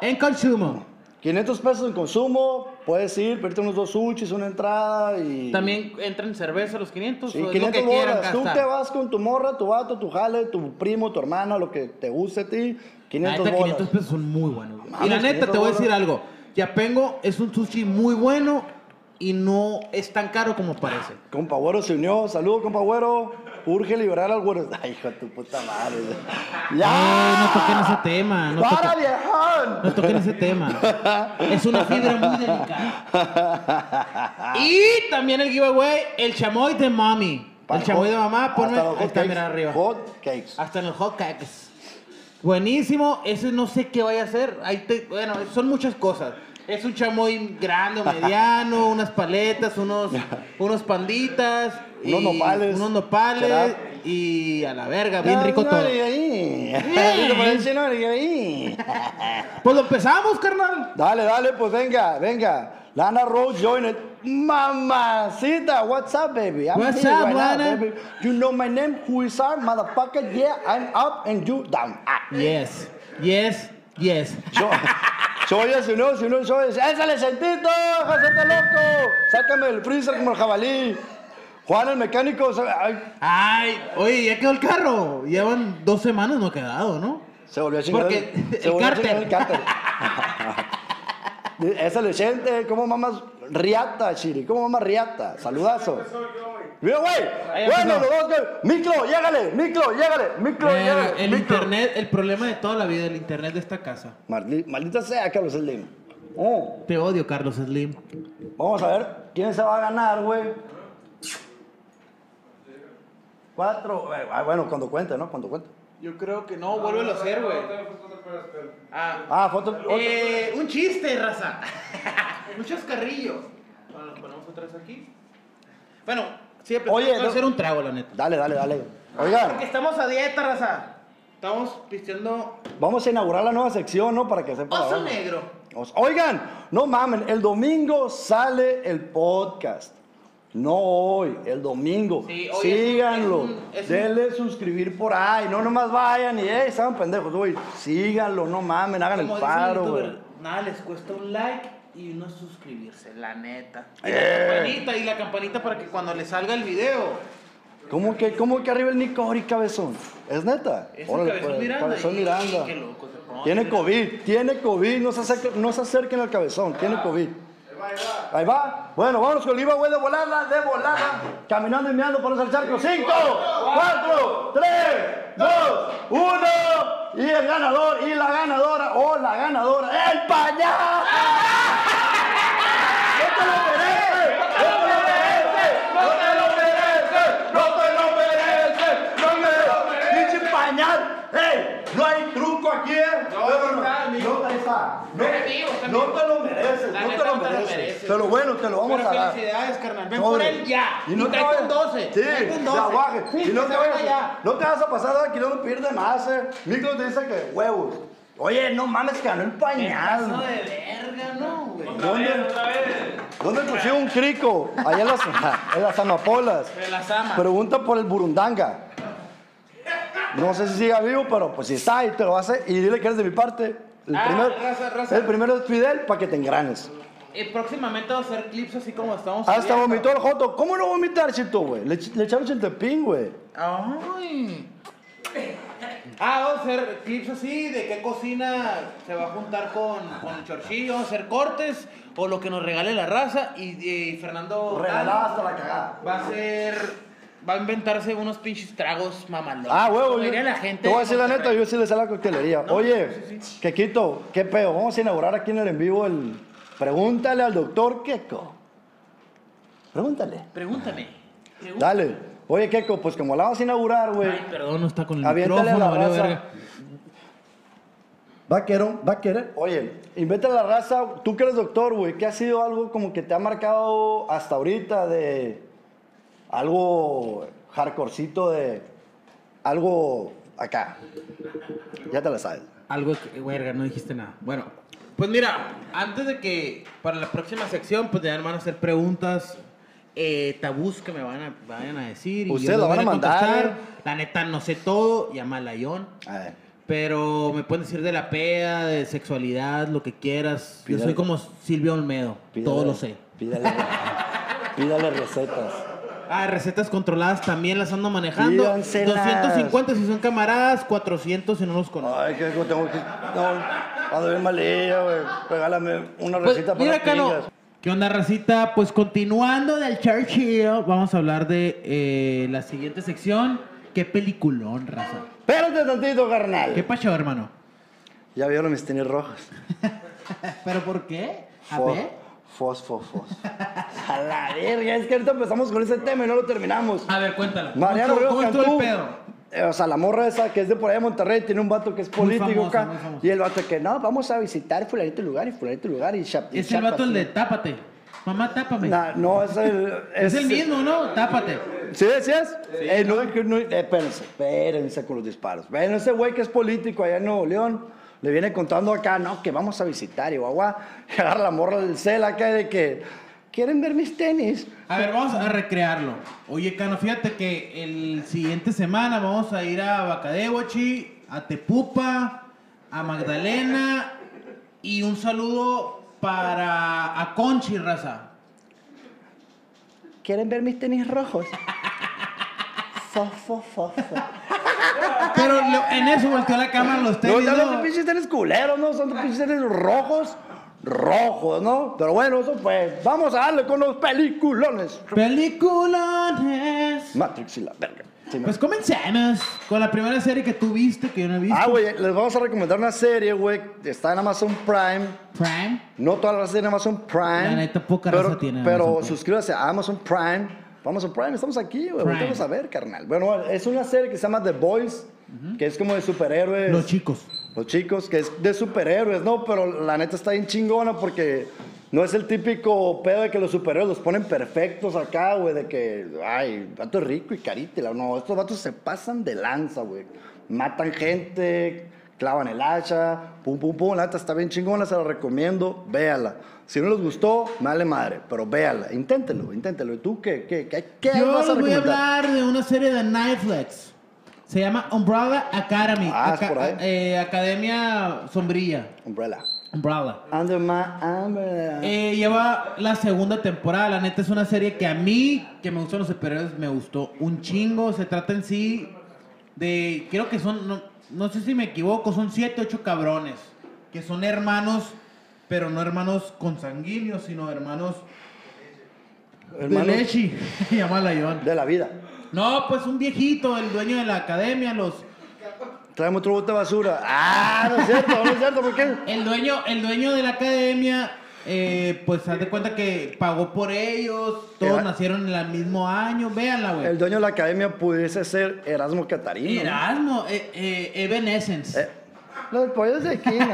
en consumo.
500 pesos en consumo, puedes ir, pedirte unos dos sushis, una entrada y...
También entran cerveza los 500.
Sí,
o es lo
500
que quieran
bolas. Tú
gastar.
te vas con tu morra, tu vato, tu jale, tu primo, tu hermana, lo que te guste a ti.
La
500
neta,
bolas.
500 pesos son muy buenos. güey.
Mames,
y la neta,
500
te voy a decir
bolas.
algo. Yapengo es un sushi muy bueno y no es tan caro como parece.
Compa Güero se unió. Saludos, compa Güero. Urge liberar al Güero. Ay, hijo de tu puta madre.
Ay,
¡Ya!
no toquen ese tema. No
¡Para,
toquen,
viejón!
no toquen ese tema. Es una fibra muy delicada. Y también el giveaway, el chamoy de mami. El chamoy de mamá, ponme
Hasta los
ahí está,
hotcakes.
mira, arriba.
Hot cakes.
Hasta en el hot cakes. Buenísimo, ese no sé qué vaya a hacer. Ahí te- bueno, son muchas cosas. Es un chamoy grande o mediano, unas paletas, unos, unos panditas,
Unos nopales.
unos nopales
Será.
y a la verga, bien rico
No,
todo.
no, y ahí.
Bien.
Lo parece, no, y ahí.
Pues lo empezamos, carnal.
Dale, dale, pues venga, venga. Lana Rose join it. Mamacita, what's up, baby? I'm
What's
here
up,
right now,
Lana?
baby. You know my name, who is our motherfucker? Yeah, I'm up and you down. Ah.
Yes, yes, yes.
Yo, soy ese, no, si no, soy ese. ¡Échale sentito, José está loco! Sácame el freezer como el jabalí. Juan, el mecánico, se, ay,
Ay, oye, ya quedó el carro. Llevan dos semanas no ha quedado, ¿no?
se volvió a chingar.
Porque
el, se
el
volvió a
cárter.
chingar el cárter. Esa leyente, ¿cómo mamas riata, Chiri? ¿Cómo mamas riata? Saludazo. Mira, güey.
Ahí
Bueno,
empezó.
los dos, güey. Micro, llégale, micro, llégale, micro,
Verga,
llégale.
Eh, el
micro.
internet, el problema de toda la vida, el internet de esta casa.
Maldi- maldita sea, Carlos Slim. Oh,
Te odio, Carlos Slim.
vamos a ver quién se va a ganar, güey. Cuatro. eh, ah, bueno, cuando cuente, ¿no? Cuando cuente.
Yo creo que no, vuelve a hacer, güey. Ah.
Ah, foto. otro.
Eh, un chiste, raza. un chascarrillo. Bueno, lo ponemos otra vez aquí. Bueno, siempre
Oye,
tenemos que
no-
hacer un trago, la neta.
Dale, dale, dale.
Porque
Oigan,
estamos a dieta, raza. Estamos pisteando
vamos a inaugurar la nueva sección, ¿no? Para que sepan.
oso
¿verdad?
negro.
Os- Oigan, no mamen, el domingo sale el podcast. No hoy, el domingo.
Sí, hoy es un-
síganlo.
es un- es un-
Denle suscribir por ahí. No nomás vayan y "Ey, estaban pendejos. Uy, síganlo, no mamen, hagan
Como
el
dicen
paro.
los
güey.
youtubers, nada les cuesta un like y uno suscribirse, la neta. Y
Eh.
la campanita y la campanita para que cuando le salga el video.
¿Cómo que, cómo que arriba el Nico Ori Cabezón? ¿Es neta?
Es
Órale,
el cabezón
pues,
Miranda.
Cabezón
Y-
Miranda.
qué loco se pone.
Tiene COVID, tiene COVID, no se acerquen, no se acerquen al cabezón, tiene COVID. Ahí va. Bueno, vámonos con el IVA, güey, de volada, de volada. Caminando y meando por el charco. Cinco, cuatro, tres, dos, uno. Y el ganador, y la ganadora, o la ganadora, el payaso. ¡No te lo mereces! ¡No te lo mereces! ¡No te lo mereces! ¡No te lo mereces! ¡No me lo mereces! ¡Pinche pañal! ¡Ey! No hay truco aquí, ¿eh? No, no, no. No, ahí está. No, no te lo mereces.
La
No te
neta
lo
no te lo
mereces.
mereces.
Pero bueno, te lo vamos
Pero
a dar.
felicidades, carnal. Ven
Sobre.
por él ya.
Y no te
vayas.
vayas.
un 12.
Sí,
tráete un 12.
ya baje.
Sí,
y no
que
te
se
vayas.
vaya ya.
No te vas a pasar de aquí, no pierdes más, eh. Nico te dice que huevos. Oye, no mames, ganó el pañal.
No de verga, no, güey.
¿Dónde, ¿Dónde pusieron un crico? Allá en las, en las amapolas.
De las amas.
Pregunta por el burundanga. No sé si siga vivo, pero pues si está ahí te lo hace y dile que eres de mi parte. El,
Ah,
primero,
raza, raza.
el primero es Fidel para que te engranes. Ah,
Y Eh, próximamente va a hacer clips así como estamos.
Hasta
subiendo.
vomitó el Joto. ¿Cómo no vomitar, chito, güey? Le, ch- le echaron chiltepín, güey.
Ay. Ah, vamos a hacer clips así de qué cocina se va a juntar con, con el chorchillo, vamos a hacer cortes o lo que nos regale la raza y, y Fernando
Regalada hasta la cagada.
va a hacer va a inventarse unos pinches tragos mamalones.
Ah, huevo,
Como
yo-
diría la gente.
Te voy a
de
decir la neta,
Monterrey.
yo sí le sé la coctelería. Oye, Quequito, qué pedo. Vamos a inaugurar aquí en el en vivo el. Pregúntale al doctor Queco. Pregúntale.
Pregúntame. pregúntame.
Dale. Oye, Queco, pues como la vamos a inaugurar, güey.
Ay, perdón, no está con el
Aviéntale a
micrófono,
la
valió
raza.
verga.
Va a querer, va a querer.
Oye, inventa la raza. Tú que eres doctor, güey, ¿qué ha sido algo como que te ha marcado hasta ahorita de algo hardcorecito de algo acá? Ya te la sabes.
Algo que, verga, no dijiste nada. Bueno, pues mira, antes de que para la próxima sección, pues ya me van a hacer preguntas, eh, tabús que me van a, vayan a decir. yo
Ustedes
les
lo van
voy
a mandar,
contestar. La neta, no sé todo, llama a Layón.
A ver.
Pero me pueden decir de la peda, de sexualidad, lo que quieras. Yo
Pídale.
soy como Silvio Olmedo. Todo lo sé.
Pídale, pídale recetas.
Ah, recetas controladas también las ando manejando.
Pídanselas.
250 si son camaradas, 400 si no los conozco.
Ay, que tengo que. No, a ver, malilla, güey. Regálame una
Pues,
receta
mira,
para
Cano.
las
¿Qué onda, racita? Pues continuando del Churchill, vamos a hablar de eh, la siguiente sección. ¿Qué peliculón, raza?
Espérate tantito,
¿Qué
carnal.
pasó, hermano?
Ya vieron mis tenis rojas.
Eh, ¿Pero por qué? A
Fo-
ver.
Fos, fos, fos. A la verga, es que ahorita empezamos con ese tema y no lo terminamos.
A ver, cuéntala.
Mariano
Ah, ¿Cómo,
Rivero
cómo
Cantú.
estuvo el pedo?
eh, O sea, la morra esa que es de por allá de Monterrey tiene un vato que es
Muy
político
famosa,
acá.
muy famosa.
Y el vato que no, vamos a visitar fulanito lugar y fulanito lugar y chap. y
Es el vato
chapas,
el de
¿no?
tápate. Mamá, tápame.
Nah, no, es el.
es, el mismo, ¿no? Tápate.
Sí, sí es. Eh, no, que no- eh, espérense, espérense con los disparos. Bueno, ese güey que es político allá en Nuevo León, le viene contando acá, no, que vamos a visitar y guagua. Y agarra la morra del cel acá de que, ¿quieren ver mis tenis?
A ver, vamos a recrearlo. Oye, Cano, fíjate que el siguiente semana vamos a ir a Bacadehuachi, a Tepupa, a Magdalena y un saludo para a Conchi, raza.
¿Quieren ver mis tenis rojos? Fo, fo, fo, fo.
Pero lo- en eso volteó la cámara los
No,
tenis.
no,
¿no?
son pinches tenis culeros, ¿no? Son pinches tenis rojos, rojos, ¿no? Pero bueno, eso pues, vamos a darle con los peliculones.
Peliculones.
Matrix y la verga. Sí, no.
Pues comencemos con la primera serie que tú viste, que yo no he visto.
Ah, güey, les vamos a recomendar una serie, güey. Está en Amazon Prime.
Prime.
No todas las tienen Amazon Prime.
La neta, poca
pero,
raza tiene
Pero
Amazon Prime.
suscríbase a Amazon Prime. Amazon Prime, estamos aquí, güey.
Prime.
Vamos a ver, carnal. Bueno, es una serie que se llama The Boys, que es como de superhéroes.
Los chicos.
Los chicos, que es de superhéroes, ¿no? Pero la neta está bien chingona porque no es el típico pedo de que los superhéroes los ponen perfectos acá, güey, de que, ay, vato rico y carítela. No, estos vatos se pasan de lanza, güey. Matan gente, clavan el hacha, pum, pum, pum. La neta está bien chingona, se la recomiendo, véala. Si no les gustó, me vale madre, pero véala, inténtenlo, inténtenlo. ¿Y tú qué, qué, qué, qué
Yo
vas a
les voy a
recomendar?
hablar de una serie de Netflix. Se llama Umbrella Academy.
Ah, es por ahí.
eh, Academia Sombrilla.
Umbrella.
Umbrella.
Under my umbrella.
Eh, lleva la segunda temporada. La neta es una serie que a mí, que me gustan los superhéroes, me gustó un chingo. Se trata en sí de. Creo que son. No, no sé si me equivoco, son siete, ocho cabrones. Que son hermanos, pero no hermanos consanguíneos, sino hermanos.
Hermanos
De leche. Llámala, Iván.
de la vida.
No, pues un viejito, el dueño de la academia, los.
Traeme otro bote de basura. Ah, no es cierto, no es cierto, ¿por qué?
El dueño, el dueño de la academia, eh, pues haz de cuenta que pagó por ellos, todos
Era-
nacieron en el mismo año, véanla, güey.
El dueño de la academia pudiese ser Erasmo Catarino.
Erasmo, eh, eh, Evanescence.
¿no? Eh, los pollos de aquí, ¿no?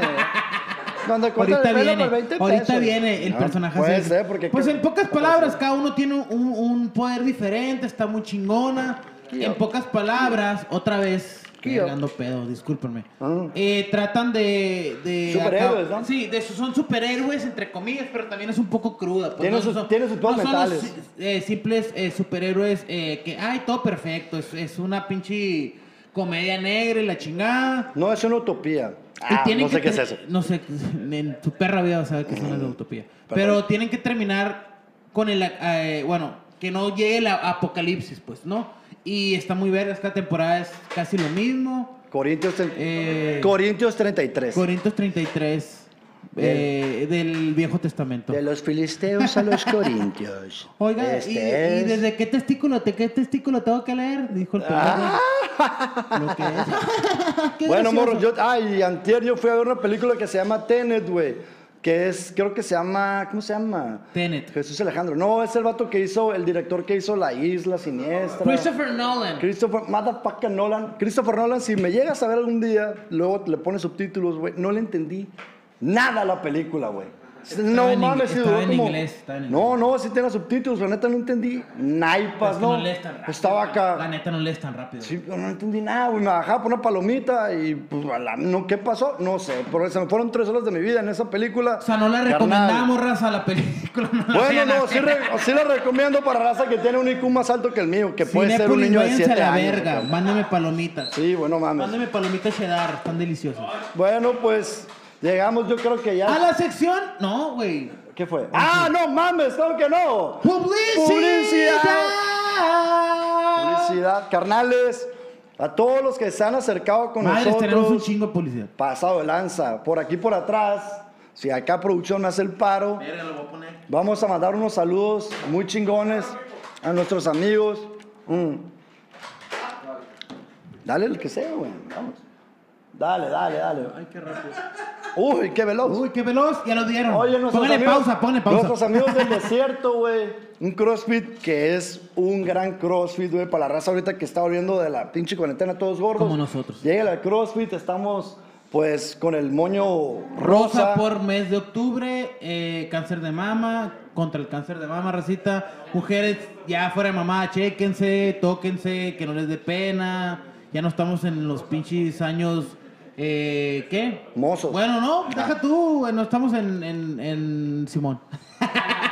Donde cortan
ahorita
el pelo
viene,
por 20 pesos.
ahorita viene el
No,
personaje.
Ah, Puede
así.
ser, porque...
Pues
que-
en pocas palabras, cada uno tiene un, un poder diferente, está muy chingona. En pocas palabras, otra vez,
Tío.
hablando pedo, discúlpenme.
Ah.
Eh, tratan de... de
Superhéroes,
acá-
¿no?
Sí, de, son superhéroes, entre comillas, pero también es un poco cruda. pues,
Tiene
no
sus-
son-
tiene sus poderes
no son los
mentales.
si- eh, simples eh, superhéroes eh, que, ay, todo perfecto, es, es una pinche comedia negra y la chingada.
No, es una utopía.
Y
Ah,
tienen
no sé
que
qué es
ter-
eso. Mm.
No sé, en tu perra vida vas a saber que es una utopía. Pero tienen que terminar con el. eh, bueno, que no llegue el a- apocalipsis, pues, ¿no? Y está muy verga, esta temporada es casi lo mismo.
Corintios, tre-
Eh,
Corintios 33.
Corintios 33, eh, del Viejo Testamento.
de los filisteos a los corintios.
Oiga,
Este
y,
es-
y desde qué testículo, de qué testículo tengo que leer? Dijo el
Ah.
perro. Lo que es. Qué
Bueno, morro,
gracioso.
yo, ay, antier yo fui a ver una película que se llama Tenet, güey. Que es, creo que se llama, ¿cómo se llama?
Tenet.
Jesús Alejandro. No, es el vato que hizo, el director que hizo La Isla Siniestra.
Christopher Nolan.
Christopher, motherfucker Nolan. Christopher Nolan, si me llegas a ver algún día, luego le pones subtítulos, güey. No le entendí nada a la película, güey.
Estaba
No
en
mames,
ingle-
sí
estaba
duró
en
como-
inglés, estaba en inglés.
No, no, sí tenía subtítulos, la neta no entendí. Naipas,
Es que
¿no?
lees tan rápido,
Estaba
güey.
acá.
La neta no lees tan rápido.
Sí, pero no entendí nada, güey. Me bajaba por una palomita y pues, a la- no, ¿qué pasó? No sé, pero se me fueron tres horas de mi vida en esa película.
O sea, no la
Carnal.
recomendamos, raza, la película. no la
Bueno,
vean
no,
así.
sí, re- sí la recomiendo para raza que tiene un IQ más alto que el mío, que puede ser un
Cinépolis,
niño de
váyanse
7
a la
años.
verga.
acá.
Mándame palomitas.
Sí, bueno, mames.
Mándame palomitas cheddar, están deliciosas.
Bueno, pues llegamos, yo creo que
A
ya.
la sección, no, güey.
¿Qué fue? ¡Ah, no mames! ¡Claro que no!
Publicidad.
Publicidad, carnales, a todos los que se han acercado con
Madres, tenemos un
nosotros,
chingo de publicidad.
pasado de lanza, por aquí por atrás, si acá producción me hace el paro,
lo voy a poner.
vamos a mandar unos saludos muy chingones a nuestros amigos. Mm. Dale el que sea, güey, vamos. Dale, dale, dale.
Ay, qué rápido.
Uy, qué veloz.
Uy, qué veloz, ya lo dieron.
Oye, nuestros
póngale
amigos,
pausa, póngale pausa.
Nuestros amigos del desierto, güey. Un crossfit que es un gran crossfit, güey, para la raza ahorita que está volviendo de la pinche cuarentena todos gordos.
Como nosotros.
Llega al crossfit, estamos pues con el moño rosa.
Rosa por mes de octubre, eh, cáncer de mama, contra el cáncer de mama, racita. Mujeres, ya fuera de mamá, chéquense, tóquense, que no les dé pena. Ya no estamos en los pinches años, eh, ¿qué?
Mozos.
Bueno, no, deja tú, eh, no estamos en, en, en Simón.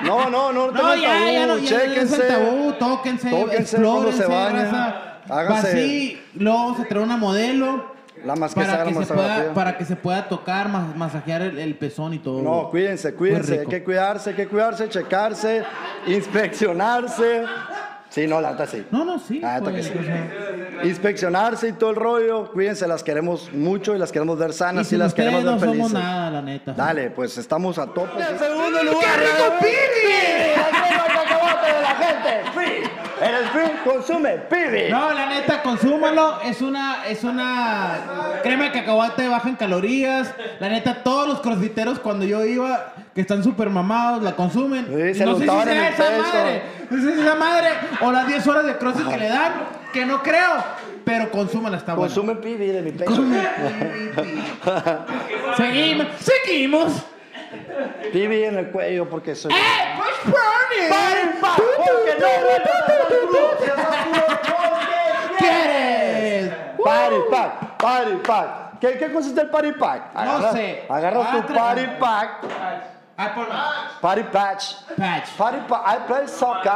No, no, no, no,
No,
tengan
ya,
tabú,
ya, no, ya, ya, no es el
chéquense.
tabú, tóquense,
Tóquense cuando
explórense,
se bañan,
raza.
háganse-
Así, luego vamos a traer una modelo.
La más que se
para
haga,
que,
la más
se
se haga,
pueda,
tío.
para que se pueda tocar, mas- masajear el, el pezón y todo.
No, cuídense, cuídense,
Muy
hay
rico.
que cuidarse, hay que cuidarse, checarse, inspeccionarse. Sí, no, la neta sí.
No, no, sí.
Ah,
pues,
toque sí.
o sea,
Inspeccionarse y todo el rollo. Cuídense, las queremos mucho y las queremos ver
y
sanas y,
sin
las
ustedes
queremos ver
no
felices.
somos nada, la neta.
Dale, pues estamos a tope. En
segundo lugar, ¿verdad?
cacahuate de la gente! ¡Pi! ¡En el fin consume! ¡Pibi!
No, la neta, consúmalo. Es una, es una crema de cacahuate baja en calorías. La neta, todos los crossfiteros cuando yo iba, que están súper mamados, la consumen.
Sí, se
no
lo
sé si
untaban en
sea
el
esa
pecho.
madre. No sé si esa madre. O las 10 horas de crossfit que le dan, que no creo. Pero consúmala, está buena.
Consume pibi de mi pecho.
Seguimos. Seguimos. ¡Eh!
pibi en el cuello porque soy.
Push Brownie.
¡Pa! ¡Porque no vuelvas a estar crudo! ¡Si estás crudo, porque
¿Quieres?
Party pack, party pack. ¿Qué, qué consiste el party pack?
sé.
Agarras
Ah,
tu
tra-
party pack,
Ay, por
party patch.
Patch.
Party pa- I play soccer.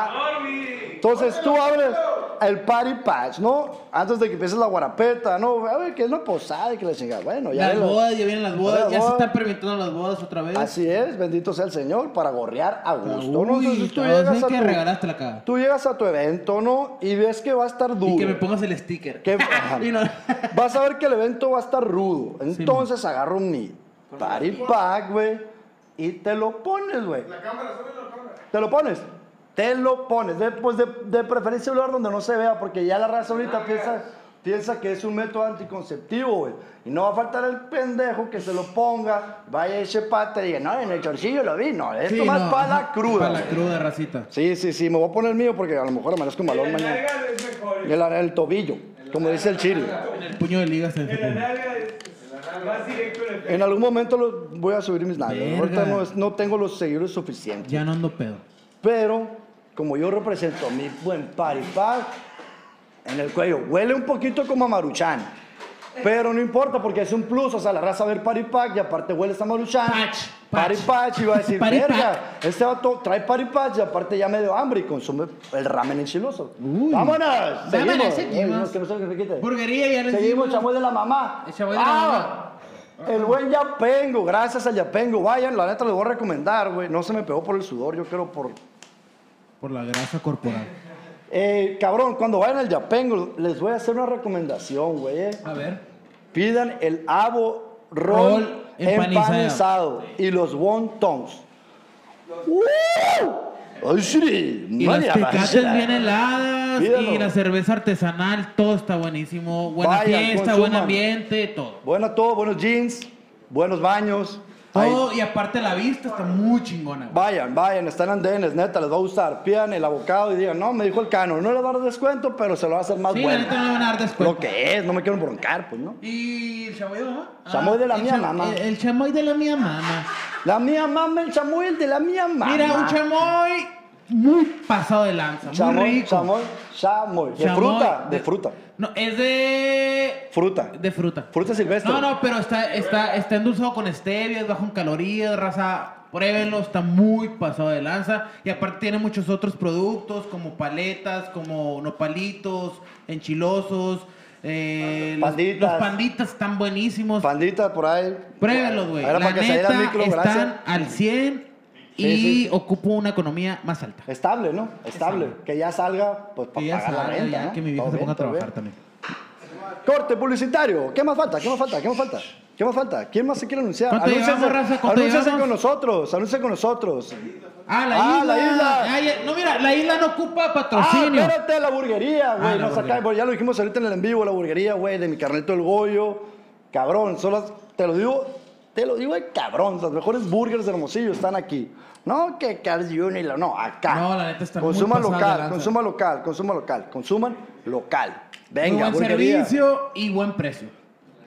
Entonces tú abres el party patch, ¿no? Antes de que empieces la guarapeta, ¿no? A ver, que es una posada y que la chingada. Bueno, ya.
Las
lo-
bodas, ya vienen las bodas,
Las
ya se
bodas.
están permitiendo las bodas otra vez.
Así es, bendito sea el Señor, para gorrear a gusto, ¿no?
Uy,
Entonces tú llegas,
así
a
que
tu,
regalaste la caga.
tú llegas a tu evento, ¿no? Y ves que va a estar duro.
Y que me pongas el sticker.
Que- ajá.
Y no-
Vas a ver que el evento va a estar rudo. Entonces agarro mi party pack, güey, y te lo pones, güey. La cámara, ¿Te lo pones? Te lo pones. De, pues de, de preferencia un lugar donde no se vea, porque Ah, ya la raza ahorita piensa, piensa que es un método anticonceptivo, güey. Y no va a faltar el pendejo que se lo ponga, vaya eche pata y diga, no, en el chorcillo lo vi. No, esto
Sí,
más
no,
para la
ajá,
cruda.
Para la
güey.
cruda, racita.
Sí, sí, sí, me voy a poner el mío porque a lo mejor amanezco un balón mañana. Y El, el tobillo, como dice el chile.
El puño de liga se me
En algún momento los voy a subir mis nalgas.
Verga.
Ahorita no, es- no tengo los seguidores suficientes.
Ya no ando pedo.
Pero, como yo represento mi buen party pack en el cuello, huele un poquito como a maruchan. Pero no importa porque es un plus. O sea, la raza va a ver party pack y aparte huele a maruchan.
Patch,
Party
patch.
patch. Y va a decir,
Party
verga, este vato trae party patch y aparte ya me dio hambre y consume el ramen enchiloso.
Uy.
¡Vámonos!
Vámonos,
Seguimos. Ay,
seguimos.
no, que no se me quite.
Burguería, ya les
Seguimos,
dimos.
chamoy de la mamá.
El chamoy de la
mamá. El buen Yapengo, gracias al Yapengo. Vayan, la neta les voy a recomendar, güey. No se me pegó por el sudor, yo creo por.
Por la grasa corporal.
Eh, cabrón, cuando vayan al Yapengo, les voy a hacer una recomendación, güey. eh.
A ver.
Pidan el abo roll,
Roll
empanizado.
empanizado.
y los wontons. ¡Uh! ¡Ay, sí!
Y
María,
las tecates
maestra.
bien heladas.
Pídalo.
Y la cerveza artesanal. Todo está buenísimo. Buena
Vayan,
fiesta,
consuman.
buen ambiente, todo.
Bueno, todo, buenos jeans, buenos baños. Ahí-
Todo, y aparte la vista está muy chingona. güey.
Vayan, vayan, están andenes, neta, les va a gustar. Pidan el abocado y digan, no, me dijo el cano, no le va a dar descuento, pero se lo va a hacer más
Sí, la
bueno.
neta no le van a dar descuento.
Lo que es, no me quiero broncar, pues, ¿no.
¿Y el chamoy de la mamá?
Chamoy de la
el
mía
cha-
mamá.
El, el chamoy de la mía mamá.
La mía mamá, el chamoy, el de la mía mamá.
Mira, un chamoy muy pasado de lanza, muy
Chamoy,
rico.
chamoy, chamoy. De
Chamoy
fruta, de fruta.
No, es de
Fruta.
de fruta.
Fruta silvestre.
No, no, pero está está está endulzado con stevia, es bajo en calorías, raza. Pruébenlo, está muy pasado de lanza. Y aparte tiene muchos otros productos como paletas, como nopalitos, enchilosos. eh, los-
Panditas.
Los panditas están buenísimos.
Pandita por ahí.
Pruébenlos, güey.
Era
La
para que saliera el
neta,
micro,
están
gracias.
al 100 y
Sí, sí.
ocupo una economía más alta.
Estable, ¿no? Estable. Que ya salga, pues, para
Que ya
pagar la
salga,
renta,
ya
¿no?
que mi vieja
Todo
se
bien,
ponga a
todo
trabajar
bien.
también.
Corte publicitario. ¿Qué más falta? ¿Qué más falta? ¿Qué más falta? ¿Qué más falta? ¿Quién más se quiere anunciar?
¿Cuánto
Anúnciense-
llevamos, raza? ¿Cuánto
anúnciense
llevamos?
con nosotros. Anúnciense con nosotros.
Ah, la
Ah,
isla.
la isla.
Ah, ya- no, mira, la isla no ocupa
Ah,
patrocinio.
espérate, la burguería, güey.
Ah, la
no saca-
burguería.
bueno, ya lo dijimos ahorita en el en vivo, la burguería, güey, de mi carnalito el Goyo. Cabrón, son las- te lo digo, te lo digo de cabrón. Las mejores burgers de Hermosillo están aquí. No que Carl Jr., no, acá.
No, la neta está muy
Consuma
pasada de
local,
lanza.
consuma local, consuma local, consuman local.
Muy
Venga,
buen
burguería.
servicio y buen precio.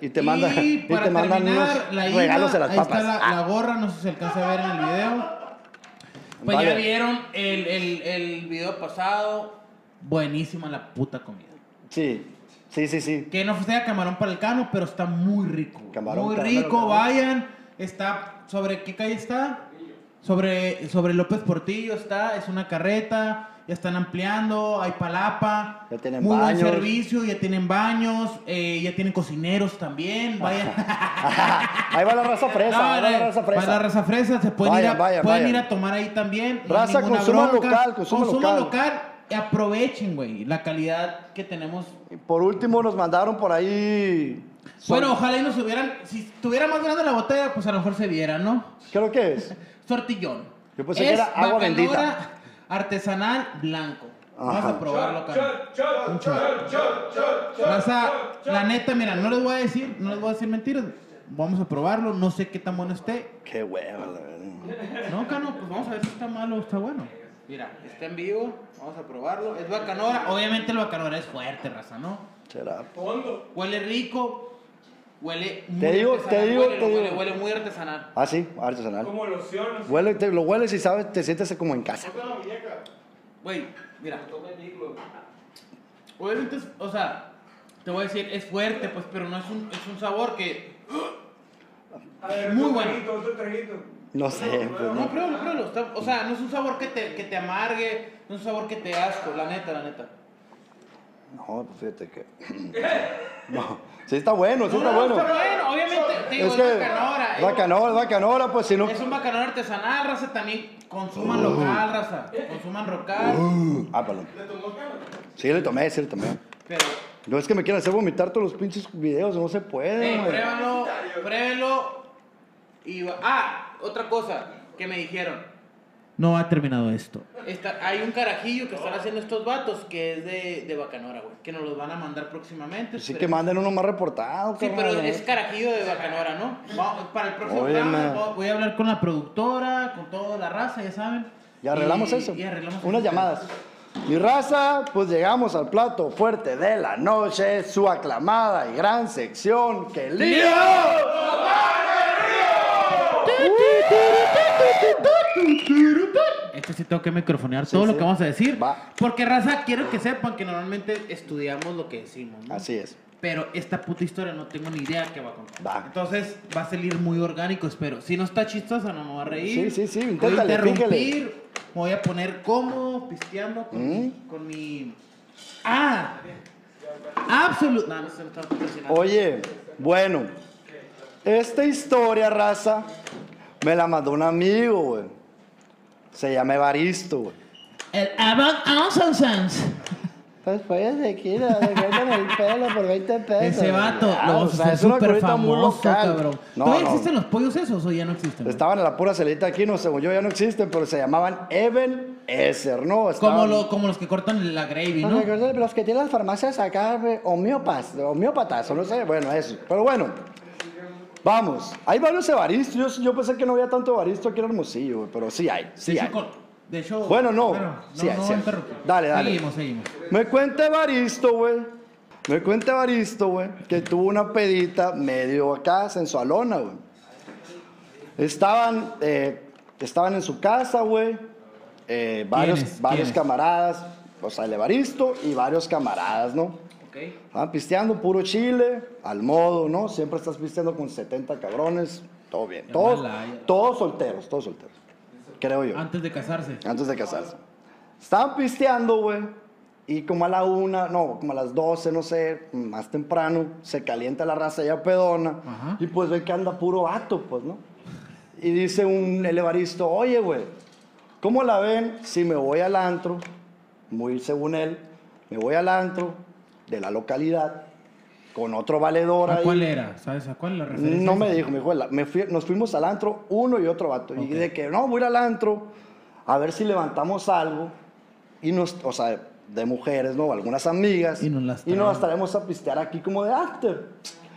Y te mandan,
y
y
para
te mandan
terminar,
unos
la isla,
regalos de las
ahí
papas.
está la,
Ah,
la gorra, no sé si se alcanza a ver en el video. Pues ya
Vale.
vieron el, el, el video pasado. Buenísima la puta comida.
Sí, sí, sí, sí.
Que no sea camarón para el cano, pero está muy rico. güey.
Camarón
muy
para el
rico,
cano.
vayan. Está sobre qué calle está? Sobre, sobre López Portillo está, es una carreta, ya están ampliando, hay palapa,
Ya tienen
muy buen
baños.
servicio, ya tienen baños, eh, ya tienen cocineros también, vayan.
Ahí va la raza fresa,
No,
ahí va la
no,
raza
para la
fresa.
raza fresa, se pueden,
Vayan,
ir, a,
vayan,
pueden
vayan.
ir a tomar ahí también. no hay
Raza,
ninguna
consuma
bronca.
local, consuma
Consuma
local.
local y aprovechen, güey, la calidad que tenemos
Y Por último nos mandaron por ahí...
Bueno, ojalá y nos hubieran. Si estuviera más grande la botella, pues a lo mejor se viera, ¿no?
¿Qué lo que es?
Sortillón.
Yo pensé que era agua
bacanora
bendita.
Artesanal blanco. Vamos
Ajá.
a probarlo, cara. Vas a. La neta, mira, no les voy a decir, no les voy a decir mentiras. Vamos a probarlo, no sé qué tan bueno esté.
Qué hueva, la verdad.
No, Cano, pues vamos a ver si está malo o está bueno. Mira, está en vivo, vamos a probarlo. Es bacanora, obviamente el bacanora es fuerte, raza, ¿no?
Será.
Huele rico, huele muy
Te digo, te
artesanal,
digo,
huele,
te digo.
huele- huele muy artesanal.
Ah, sí, artesanal.
Como loción,
Huele, te- lo hueles y sabes, te sientes como en casa.
Güey, mira. Obviamente, es- o sea, te voy a decir, es fuerte, pues, pero no es un, es un sabor que.
A ver,
Muy
otro
bueno.
traguito, otro traguito.
No sé, pues
No,
no.
pruébalo, pruébalo. está- o sea, no es un sabor que te, que te amargue, no es un sabor que te dé asco, la neta, la neta.
No, pues fíjate que. No. Sí está bueno, sí
No,
está
no,
bueno.
está bueno, obviamente, te digo,
Es
es,
que.
bacanora. es-
Bacanora, bacanora, pues si no.
Es un bacanora artesanal, raza, también consuman local, raza.
Oh.
Consuman local,
Ah, perdón. Sí, le tomé, sí le tomé.
pero...
No es que me quieran hacer vomitar todos los pinches videos, no se puede,
Ey,
güey.
pruébalo, pruébalo. Y va- ah, otra cosa que me dijeron.
No ha terminado esto.
Está- hay un carajillo que están haciendo estos vatos que es de, de Bacanora, güey. Que nos los van a mandar próximamente.
Sí que
pero-
manden uno más reportado,
Sí,
cabrón,
pero
la
es
neta.
carajillo de Bacanora, ¿no? Va- para el próximo
eh. Oye,
programa
man.
vo- voy a hablar con la productora, con toda la raza, ya saben.
Y arreglamos
Y-
eso.
y arreglamos
Unas
eso.
llamadas. Mi raza, pues llegamos al plato fuerte de la noche, su aclamada y gran sección. ¡Qué lío!
Esto sí tengo que microfonear todo lo
sí.
que vamos a decir.
Va.
Porque, raza, quiero que sepan que normalmente estudiamos lo que decimos, ¿no?
Así es.
Pero esta puta historia no tengo ni idea qué va a contar.
Va.
Entonces va a salir muy orgánico, espero. Si no está chistosa, no me voy a reír.
Sí, sí, sí,
Me
inténtale,
Voy a interrumpir,
pícale.
me voy a poner como, pisteando con,
¿Mm?
mi, con mi. ¡Ah! Absolut. No, no se me está patrocinando.
Oye, bueno, esta historia, raza, me la mandó un amigo, güey. Se llama Evaristo, güey.
El Avant Ansonsens.
Pues puedes decir, déjame el pelo por 20 pesos.
Ese vato,
Ah,
lo
o
vamos
sea,
a hacer
es una
súper
curita muy
famoso,
local.
cabrón.
No,
¿Todavía
no.
existen los pollos esos o ya no existen? güey?
Estaban en la pura celita aquí, no, según yo ya no existen, pero se llamaban Even Esser, ¿no? Estaban-
Como, lo, como los que cortan la gravy,
No,
¿no?
me acuerdo de los que tienen las farmacias acá, eh, homeopas, homeópatas, o no sé, bueno, eso. Pero bueno, vamos. Hay varios evaristos. Yo, yo pensé que no había tanto evaristo aquí en Hermosillo, güey, pero sí hay, sí
de,
hay.
hecho, con- de hecho.
Bueno, no.
Bueno,
Sí hay,
no,
sí hay.
interrumpo.
Dale, dale.
Seguimos, seguimos.
Me cuenta Evaristo, güey. Me cuenta Evaristo, güey, que tuvo una pedita medio acá, sensualona, güey. Estaban, eh, estaban en su casa, güey. eh, varios
¿Quiénes?
varios
¿Quiénes?
camaradas, o sea, el Evaristo y varios camaradas, ¿no?
Ok.
Estaban pisteando puro chile, al modo, ¿no? Siempre estás pisteando con 70 cabrones, todo bien.
Ya
Todos,
mala, Ah, ya.
todos solteros, todos solteros. Creo yo.
Antes de casarse.
Antes de casarse. Estaban pisteando, güey. Y como a la una, no, como a las 12, no sé, más temprano, se calienta la raza ya pedona.
Ajá.
Y pues ve que anda puro vato, pues, ¿no? Y dice un el Evaristo, oye, güey, ¿cómo la ven si me voy al antro? Muy según él, me voy al antro de la localidad con otro valedor
¿A
ahí.
cuál era? ¿Sabes a cuál la referencia?
No me dijo, me dijo, "La- me fui- nos fuimos al antro uno y otro vato.
Ok.
Y de que no, voy a ir al antro a ver si levantamos algo. Y nos, o sea, de mujeres, ¿no? Algunas amigas.
Y nos las
y nos
traemos.
las traemos a pistear aquí como de after.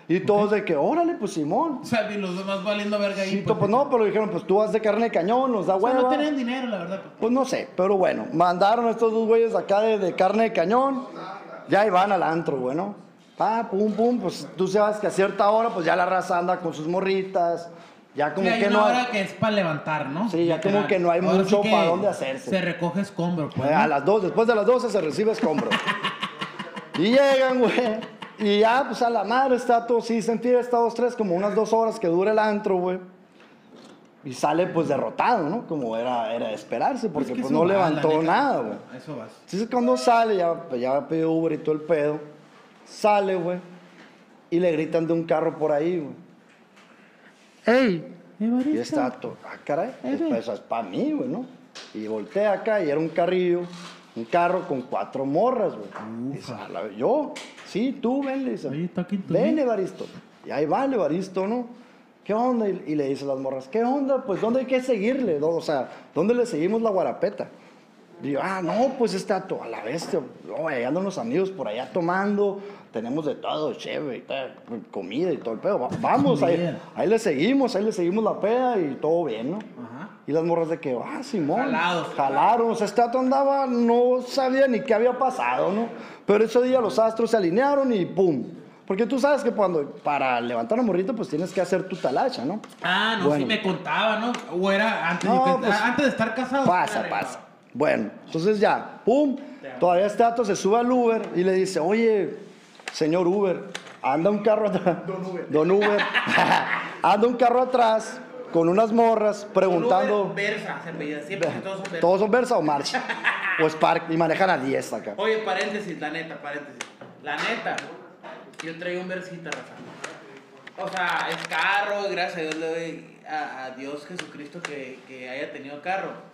Y todos de que, órale, pues Simón.
O sea, y los demás valiendo verga ahí.
Sí, to- pues no, pero dijeron, pues tú vas de carne de cañón, nos da
O sea,
hueva.
no tenían dinero, la verdad.
Pues no sé, pero bueno, mandaron a estos dos güeyes acá de, de carne de cañón, ya iban al antro, bueno. Pa, pum, pum, pues tú sabes que a cierta hora, pues ya la raza anda con sus morritas, ya como
Sí, hay
que
una
no.
hora que es para levantar, ¿no?
Sí, ya como que no hay
Ahora
mucho
que
pa' dónde hacerse.
Se recoge escombro, pues.
Eh, A
¿no?
las dos, después de las 12 se recibe escombro. y llegan, güey. Y ya, pues a la madre está todo, sí, sentir estas dos, tres, como unas dos horas que dura el antro, güey. Y sale pues derrotado, ¿no? Como era, era de esperarse, porque
Es que
pues
eso
no
va, la
levantó
neta.
nada, güey.
A Eso vas.
Entonces cuando sale, ya, pues, ya pidió Uber y todo el pedo, sale, güey, y le gritan de un carro por ahí, güey. ¡Ey! Y está todo, ah, caray,
Ey,
es,
güey.
pues, es para mí, güey, ¿no? Y volteé acá y era un carrillo, un carro con cuatro morras, güey. Dice, "A la- Yo, sí, tú, ven, le dice.
Oye, talking to
Ven,
me.
Evaristo. Y ahí va el Evaristo, ¿no? ¿Qué onda? Y, y le dice a las morras, ¿qué onda? Pues, ¿dónde hay que seguirle? No, O sea, ¿dónde le seguimos la guarapeta? Digo, ah, no, pues está to- a la bestia. No, ahí andan los amigos por allá tomando. Tenemos de todo, chévere, y tal, comida y todo el pedo. Va- Vamos, ahí,
Comida.
ahí le seguimos, ahí le seguimos la peda y todo bien, ¿no?
Ajá.
Y las morras de que, ah, Simón.
Jalados. pues,
Jalaron. O sea, este vato andaba, no sabía ni qué había pasado, ¿no? Pero ese día los astros se alinearon y ¡pum! Porque tú sabes que cuando, para levantar un morrito, pues tienes que hacer tu talacha, ¿no?
Ah, no,
Bueno.
sí me contaba, ¿no? O era antes,
No,
de, que-
pues,
antes de estar casado.
Pasa, pasa. Bueno, entonces ya, pum, todavía este dato se sube al Uber y le dice, oye, señor Uber, anda un carro atrás. Don Uber. anda un carro atrás con unas morras preguntando,
Versa, se apellida, siempre que todos son Versa.
¿todos son Versa o March? o Spark, y manejan a 10 acá.
Oye, paréntesis, la neta, paréntesis. La neta, yo traigo un versita, raza. O sea, es carro, gracias a Dios le doy a, a Dios Jesucristo que, que haya tenido carro.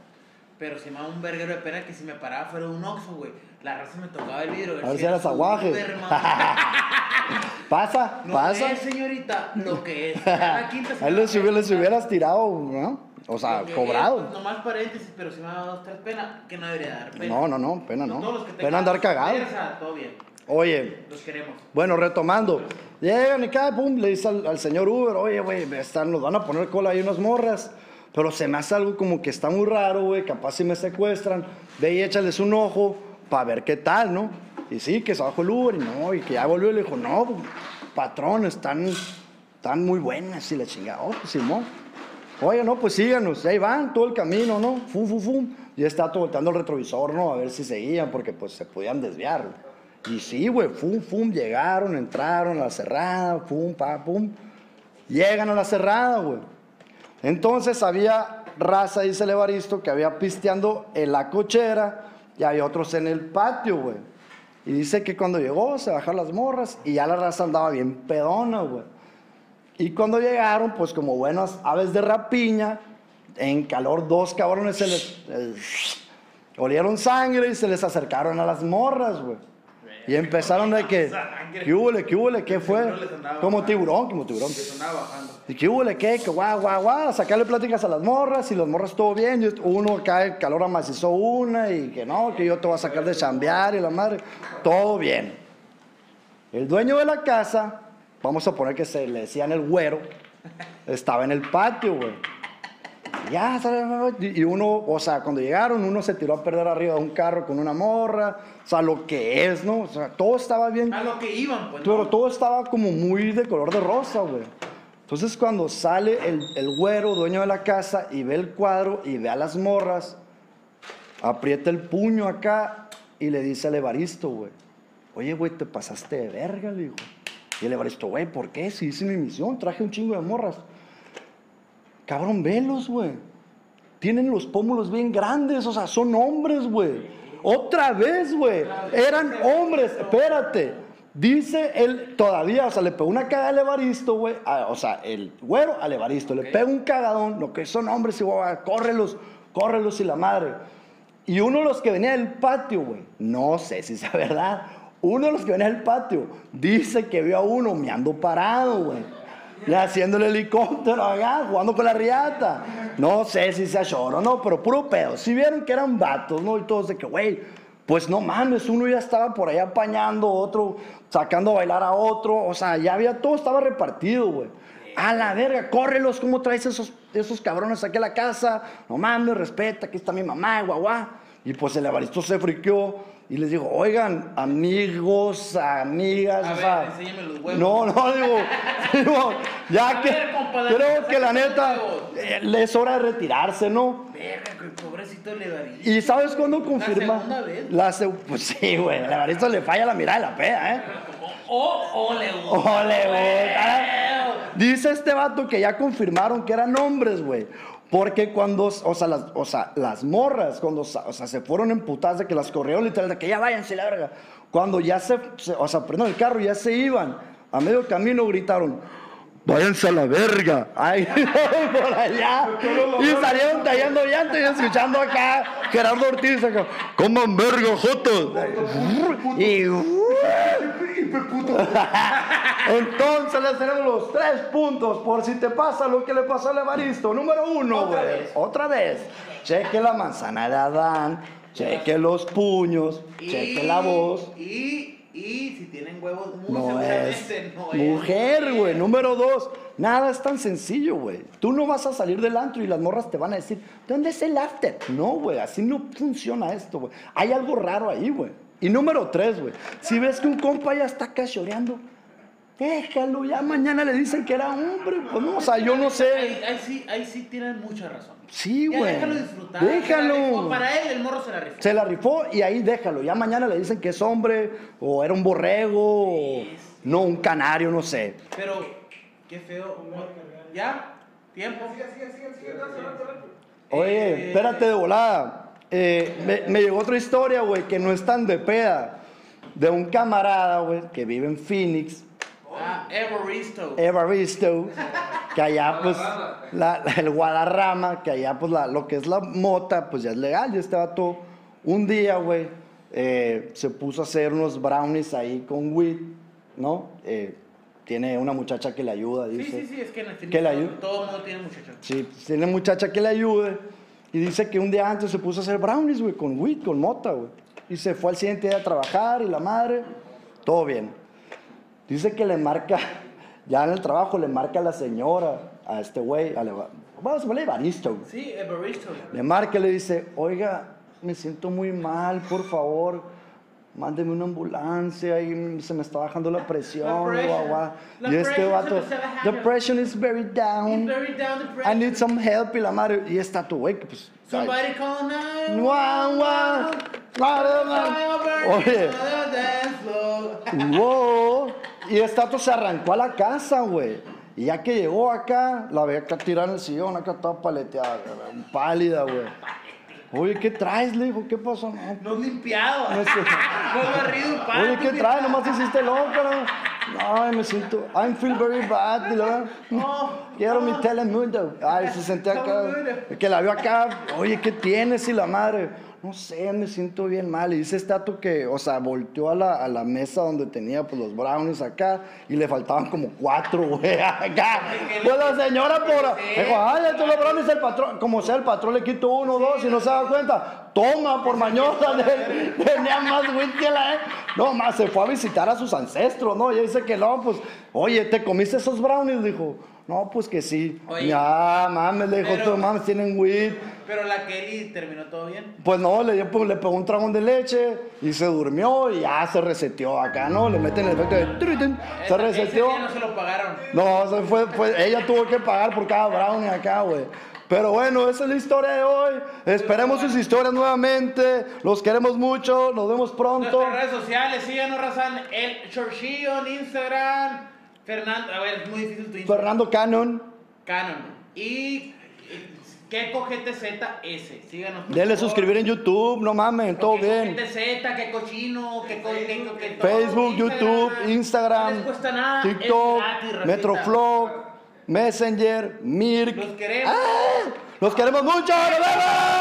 Pero se me daba un verguero de pena que si me paraba fuera de un oxo, güey. La raza me tocaba el vidrio.
A ver si eras
era
aguaje.
Uber, mamá.
Pasa,
No
pasa.
es, señorita, lo que es. La quinta
Ahí les hubiera- les hubieras tirado, ¿no? O sea,
Lo que es,
Ah, cobrado.
Nomás paréntesis, pero si me ha dado dos, tres pena, que no debería dar pena.
No, no, no, pena
Todos los
no.
que tengan
Pena andar cagado.
versa, todo bien,
Oye,
los queremos.
Bueno, retomando. Llegan y cada pum, le dice al, al señor Uber, oye, güey, me están, nos van a poner cola ahí unas morras. Pero se me hace algo como que está muy raro, güey, capaz si me secuestran. Ve y échales un ojo para ver qué tal, ¿no? Y sí, que se bajó el Uber y no, y que ya volvió y le dijo, no, patrón, están, están muy buenas y la chingada. Oh, pues, Simón. Oye, no, pues síganos, y ahí van todo el camino, ¿no? Fum, fum, fum. Y está todo volteando el retrovisor, ¿no? A ver si seguían, porque pues se podían desviar. Y sí, güey, fum, fum, llegaron, entraron a la cerrada, fum, pa, pum. Llegan a la cerrada, güey. Entonces había raza, dice el Evaristo, que había pisteando en la cochera y había otros en el patio, güey. Y dice que cuando llegó se bajaron las morras y ya la raza andaba bien pedona, güey. Y cuando llegaron, pues como buenas aves de rapiña, en calor dos cabrones se les eh, olieron sangre y se les acercaron a las morras, güey. Y empezaron de que,
Sangre.
¿qué huele, qué huele, qué fue?
Seguro les andaba
Como
mal.
tiburón, como tiburón.
Que sonaba bajando.
Y que hubo le que, que guau, guau, guau, sacarle pláticas a las morras y las morras todo bien. y Uno acá el calor amacizó una y que no, que yo te voy a sacar de chambear y la madre. Todo bien. El dueño de la casa, vamos a poner que se le decían el güero, estaba en el patio, güey. Ya, sale, y uno, o sea, cuando llegaron, uno se tiró a perder arriba de un carro con una morra, o sea, lo que es, ¿no? O sea, todo estaba bien
A lo que iban, pues.
pero todo estaba como muy de color de rosa, güey. Entonces cuando sale el, el güero, dueño de la casa, y ve el cuadro y ve a las morras, aprieta el puño acá y le dice al Evaristo, güey, oye, güey, te pasaste de verga, le digo. Y el Evaristo, güey, ¿por qué? Si hice mi misión, traje un chingo de morras. Cabrón, velos, güey. Tienen los pómulos bien grandes, o sea, son hombres, güey. Otra vez, güey. Eran hombres, espérate. Dice él todavía, o sea, le pegó una cagada al Evaristo, güey. Ah, O sea, el güero al Evaristo. Le pega un cagadón, lo que son hombres, y güey, córrelos, córrelos y la madre. Y uno de los que venía del patio, güey, no sé si es verdad, uno de los que venía del patio dice que vio a uno meando parado, güey. Y haciendo el helicóptero acá, jugando con la riata. No sé si sea choro, no, pero puro pedo. Si vieron que eran vatos, ¿no? Y todos de que, güey, pues no mames, uno ya estaba por ahí apañando, otro sacando a bailar a otro. O sea, ya había, todo estaba repartido, güey. A la verga, córrelos, ¿cómo traes esos, esos cabrones aquí a la casa? No mames, respeta, aquí está mi mamá, guagua. Y pues el avaristo se friqueó y les dijo, oigan, amigos, amigas,
A
o
ver,
sea,
enséñame los huevos.
No, no, digo, digo, ya
A
que
ver, compadre,
creo que la
sácame los
neta
huevos.
eh, es hora de retirarse, ¿no?
Verga, güey, pobrecito le daría.
¿Y sabes cuándo confirma?
segunda vez.
La seg- pues sí, güey, el avaristo le falla la mirada de la peda, ¿eh?
O, o le
Oh,
gusta.
¡Ole, güey! Dice este vato que ya confirmaron que eran hombres, güey. Porque cuando, o sea, las, o sea, las morras, cuando, sa- o sea, se fueron emputadas de que las corrieron literal, de que ya váyanse, la verga. Cuando ya se, se- o sea, perdón, el carro ya se iban, a medio camino gritaron, váyanse a la verga. Ay, por allá. Y salieron tallando llantas y escuchando acá Gerardo Ortiz, acá, coman verga, jotos. Y, uh. entonces les tenemos los tres puntos por si te pasa lo que le pasó al Evaristo. Número uno, güey. Otra vez. Cheque la manzana de Adán. Cheque los puños. Cheque la voz.
Y, y si tienen huevos, muy
No es
seguramente no es.
mujer, güey. Número dos. Nada es tan sencillo, güey. Tú no vas a salir del antro y las morras te van a decir, ¿dónde es el after? No, güey. Así no funciona esto, güey. Hay algo raro ahí, güey. Y número tres, güey. Si ves que un compa ya está cachoreando, déjalo. Ya mañana le dicen que era hombre. Pues no, o sea, yo no
Ahí,
sé.
ahí sí, ahí sí tienen mucha razón.
Sí,
Ya
güey.
déjalo disfrutar.
Déjalo.
se la rifó. Para él, el morro se la rifó.
Se la rifó y ahí déjalo. Ya mañana le dicen que es hombre o era un borrego o no, un canario, no sé.
Pero, qué feo. ¿Ya? ¿Tiempo?
Oye,
Eh.
espérate de volada. Eh, me, me llegó otra historia, güey, que no es tan de peda. De un camarada, güey, que vive en Phoenix,
Ah, Evaristo.
Eh, Evaristo, que allá, pues, la- la- el Guadarrama, que allá, pues, la- lo que es la mota, pues ya es legal. Y este vato, un día, güey, eh, se puso a hacer unos brownies ahí con weed, ¿no? Eh, tiene una muchacha que le ayuda,
Sí,
dice.
sí, sí, es que en el fin
¿Qué
de
la
todo-
ayuda?
todo mundo tiene muchachos.
Sí, pues, tiene muchacha que le ayude. Y dice que un día antes se puso a hacer brownies, güey, con weed, con mota, güey. Y se fue al siguiente día a trabajar y la madre, todo bien. Dice que le marca, ya en el trabajo, le marca a la señora, a este güey, a Leva- bueno, se llama Evaristo, güey.
Sí, Evaristo.
Le marca y le dice, oiga, me siento muy mal, por favor, mándeme una ambulancia, y se me está bajando la presión,
La presión.
guau, guau".
La
Y este
presión se
vato,
me está bajando.
the pressure is very down.
He's very down the
I
pressure.
need some help y la madre. Y está tu güey que pues. ay,
Somebody call
guau, guau,
911.
guau, guau. Oye, wow. Y esta tu se arrancó a la casa, güey. Y ya que llegó acá, la veía acá tirada en el sillón, acá toda paleteada, güey, pálida, güey. Oye, ¿qué traes? Le dijo, ¿qué pasó? No,
No has limpiado.
no
No
es cierto.
has barrido un
Oye, ¿qué
patio,
traes? Nomás te hiciste loca, ¿no? Ay, me siento. I feel very bad, y la-
No,
Quiero mi telemundo. Ay, se senté acá.
Telemundo.
Que la vio acá. Oye, ¿qué tienes? Y la madre. No sé, me siento bien mal. Y dice este dato que, o sea, volteó a la, a la mesa donde tenía pues, los brownies acá y le faltaban como cuatro, güey, acá. Pues la señora, por. Dijo, ay, estos los brownies, el patrón. Como sea, el patrón le quito uno, dos y no se da cuenta. Toma, por mañosa. de- Tenía más güey que la, eh. No, más, se fue a visitar a sus ancestros, ¿no? Y dice que no, pues, oye, ¿te comiste esos brownies? Dijo. No, pues que sí.
Oye.
ya, Ah, mames, le dijo,
Pero-
"Tú, mames, tienen weed.
Pero la Kelly terminó todo bien.
Pues no, le, dio- le pegó un tragón de leche y se durmió y ya se reseteó acá, ¿no? Le meten el efecto de... turitin, Se
Esa- ese
reseteó.
día no se lo pagaron.
No, se fue, fue- ella tuvo que pagar por cada brownie acá, güey. Pero bueno, esa es la historia de hoy. Esperemos sus historias nuevamente. Los queremos mucho. Nos vemos pronto.
Nuestras redes sociales, síganos, Razan. El Chorchillo en Instagram. Fernando, a ver, es muy difícil tu Instagram.
Fernando Cannon.
Canon. Y. ¿Qué cojete ZS? Síganos. por
Denle
favor.
suscribir en YouTube. No mamen, todo
Qué
bien.
cojete Z, qué cochino, qué co- qué co- qué todo,
Facebook, YouTube,
No les
Instagram,
cuesta nada. es
TikTok,
gratis, racita.
Metroflog, Messenger, Mirk.
Los queremos.
¡Ah! Los queremos mucho. ¡Nos vemos!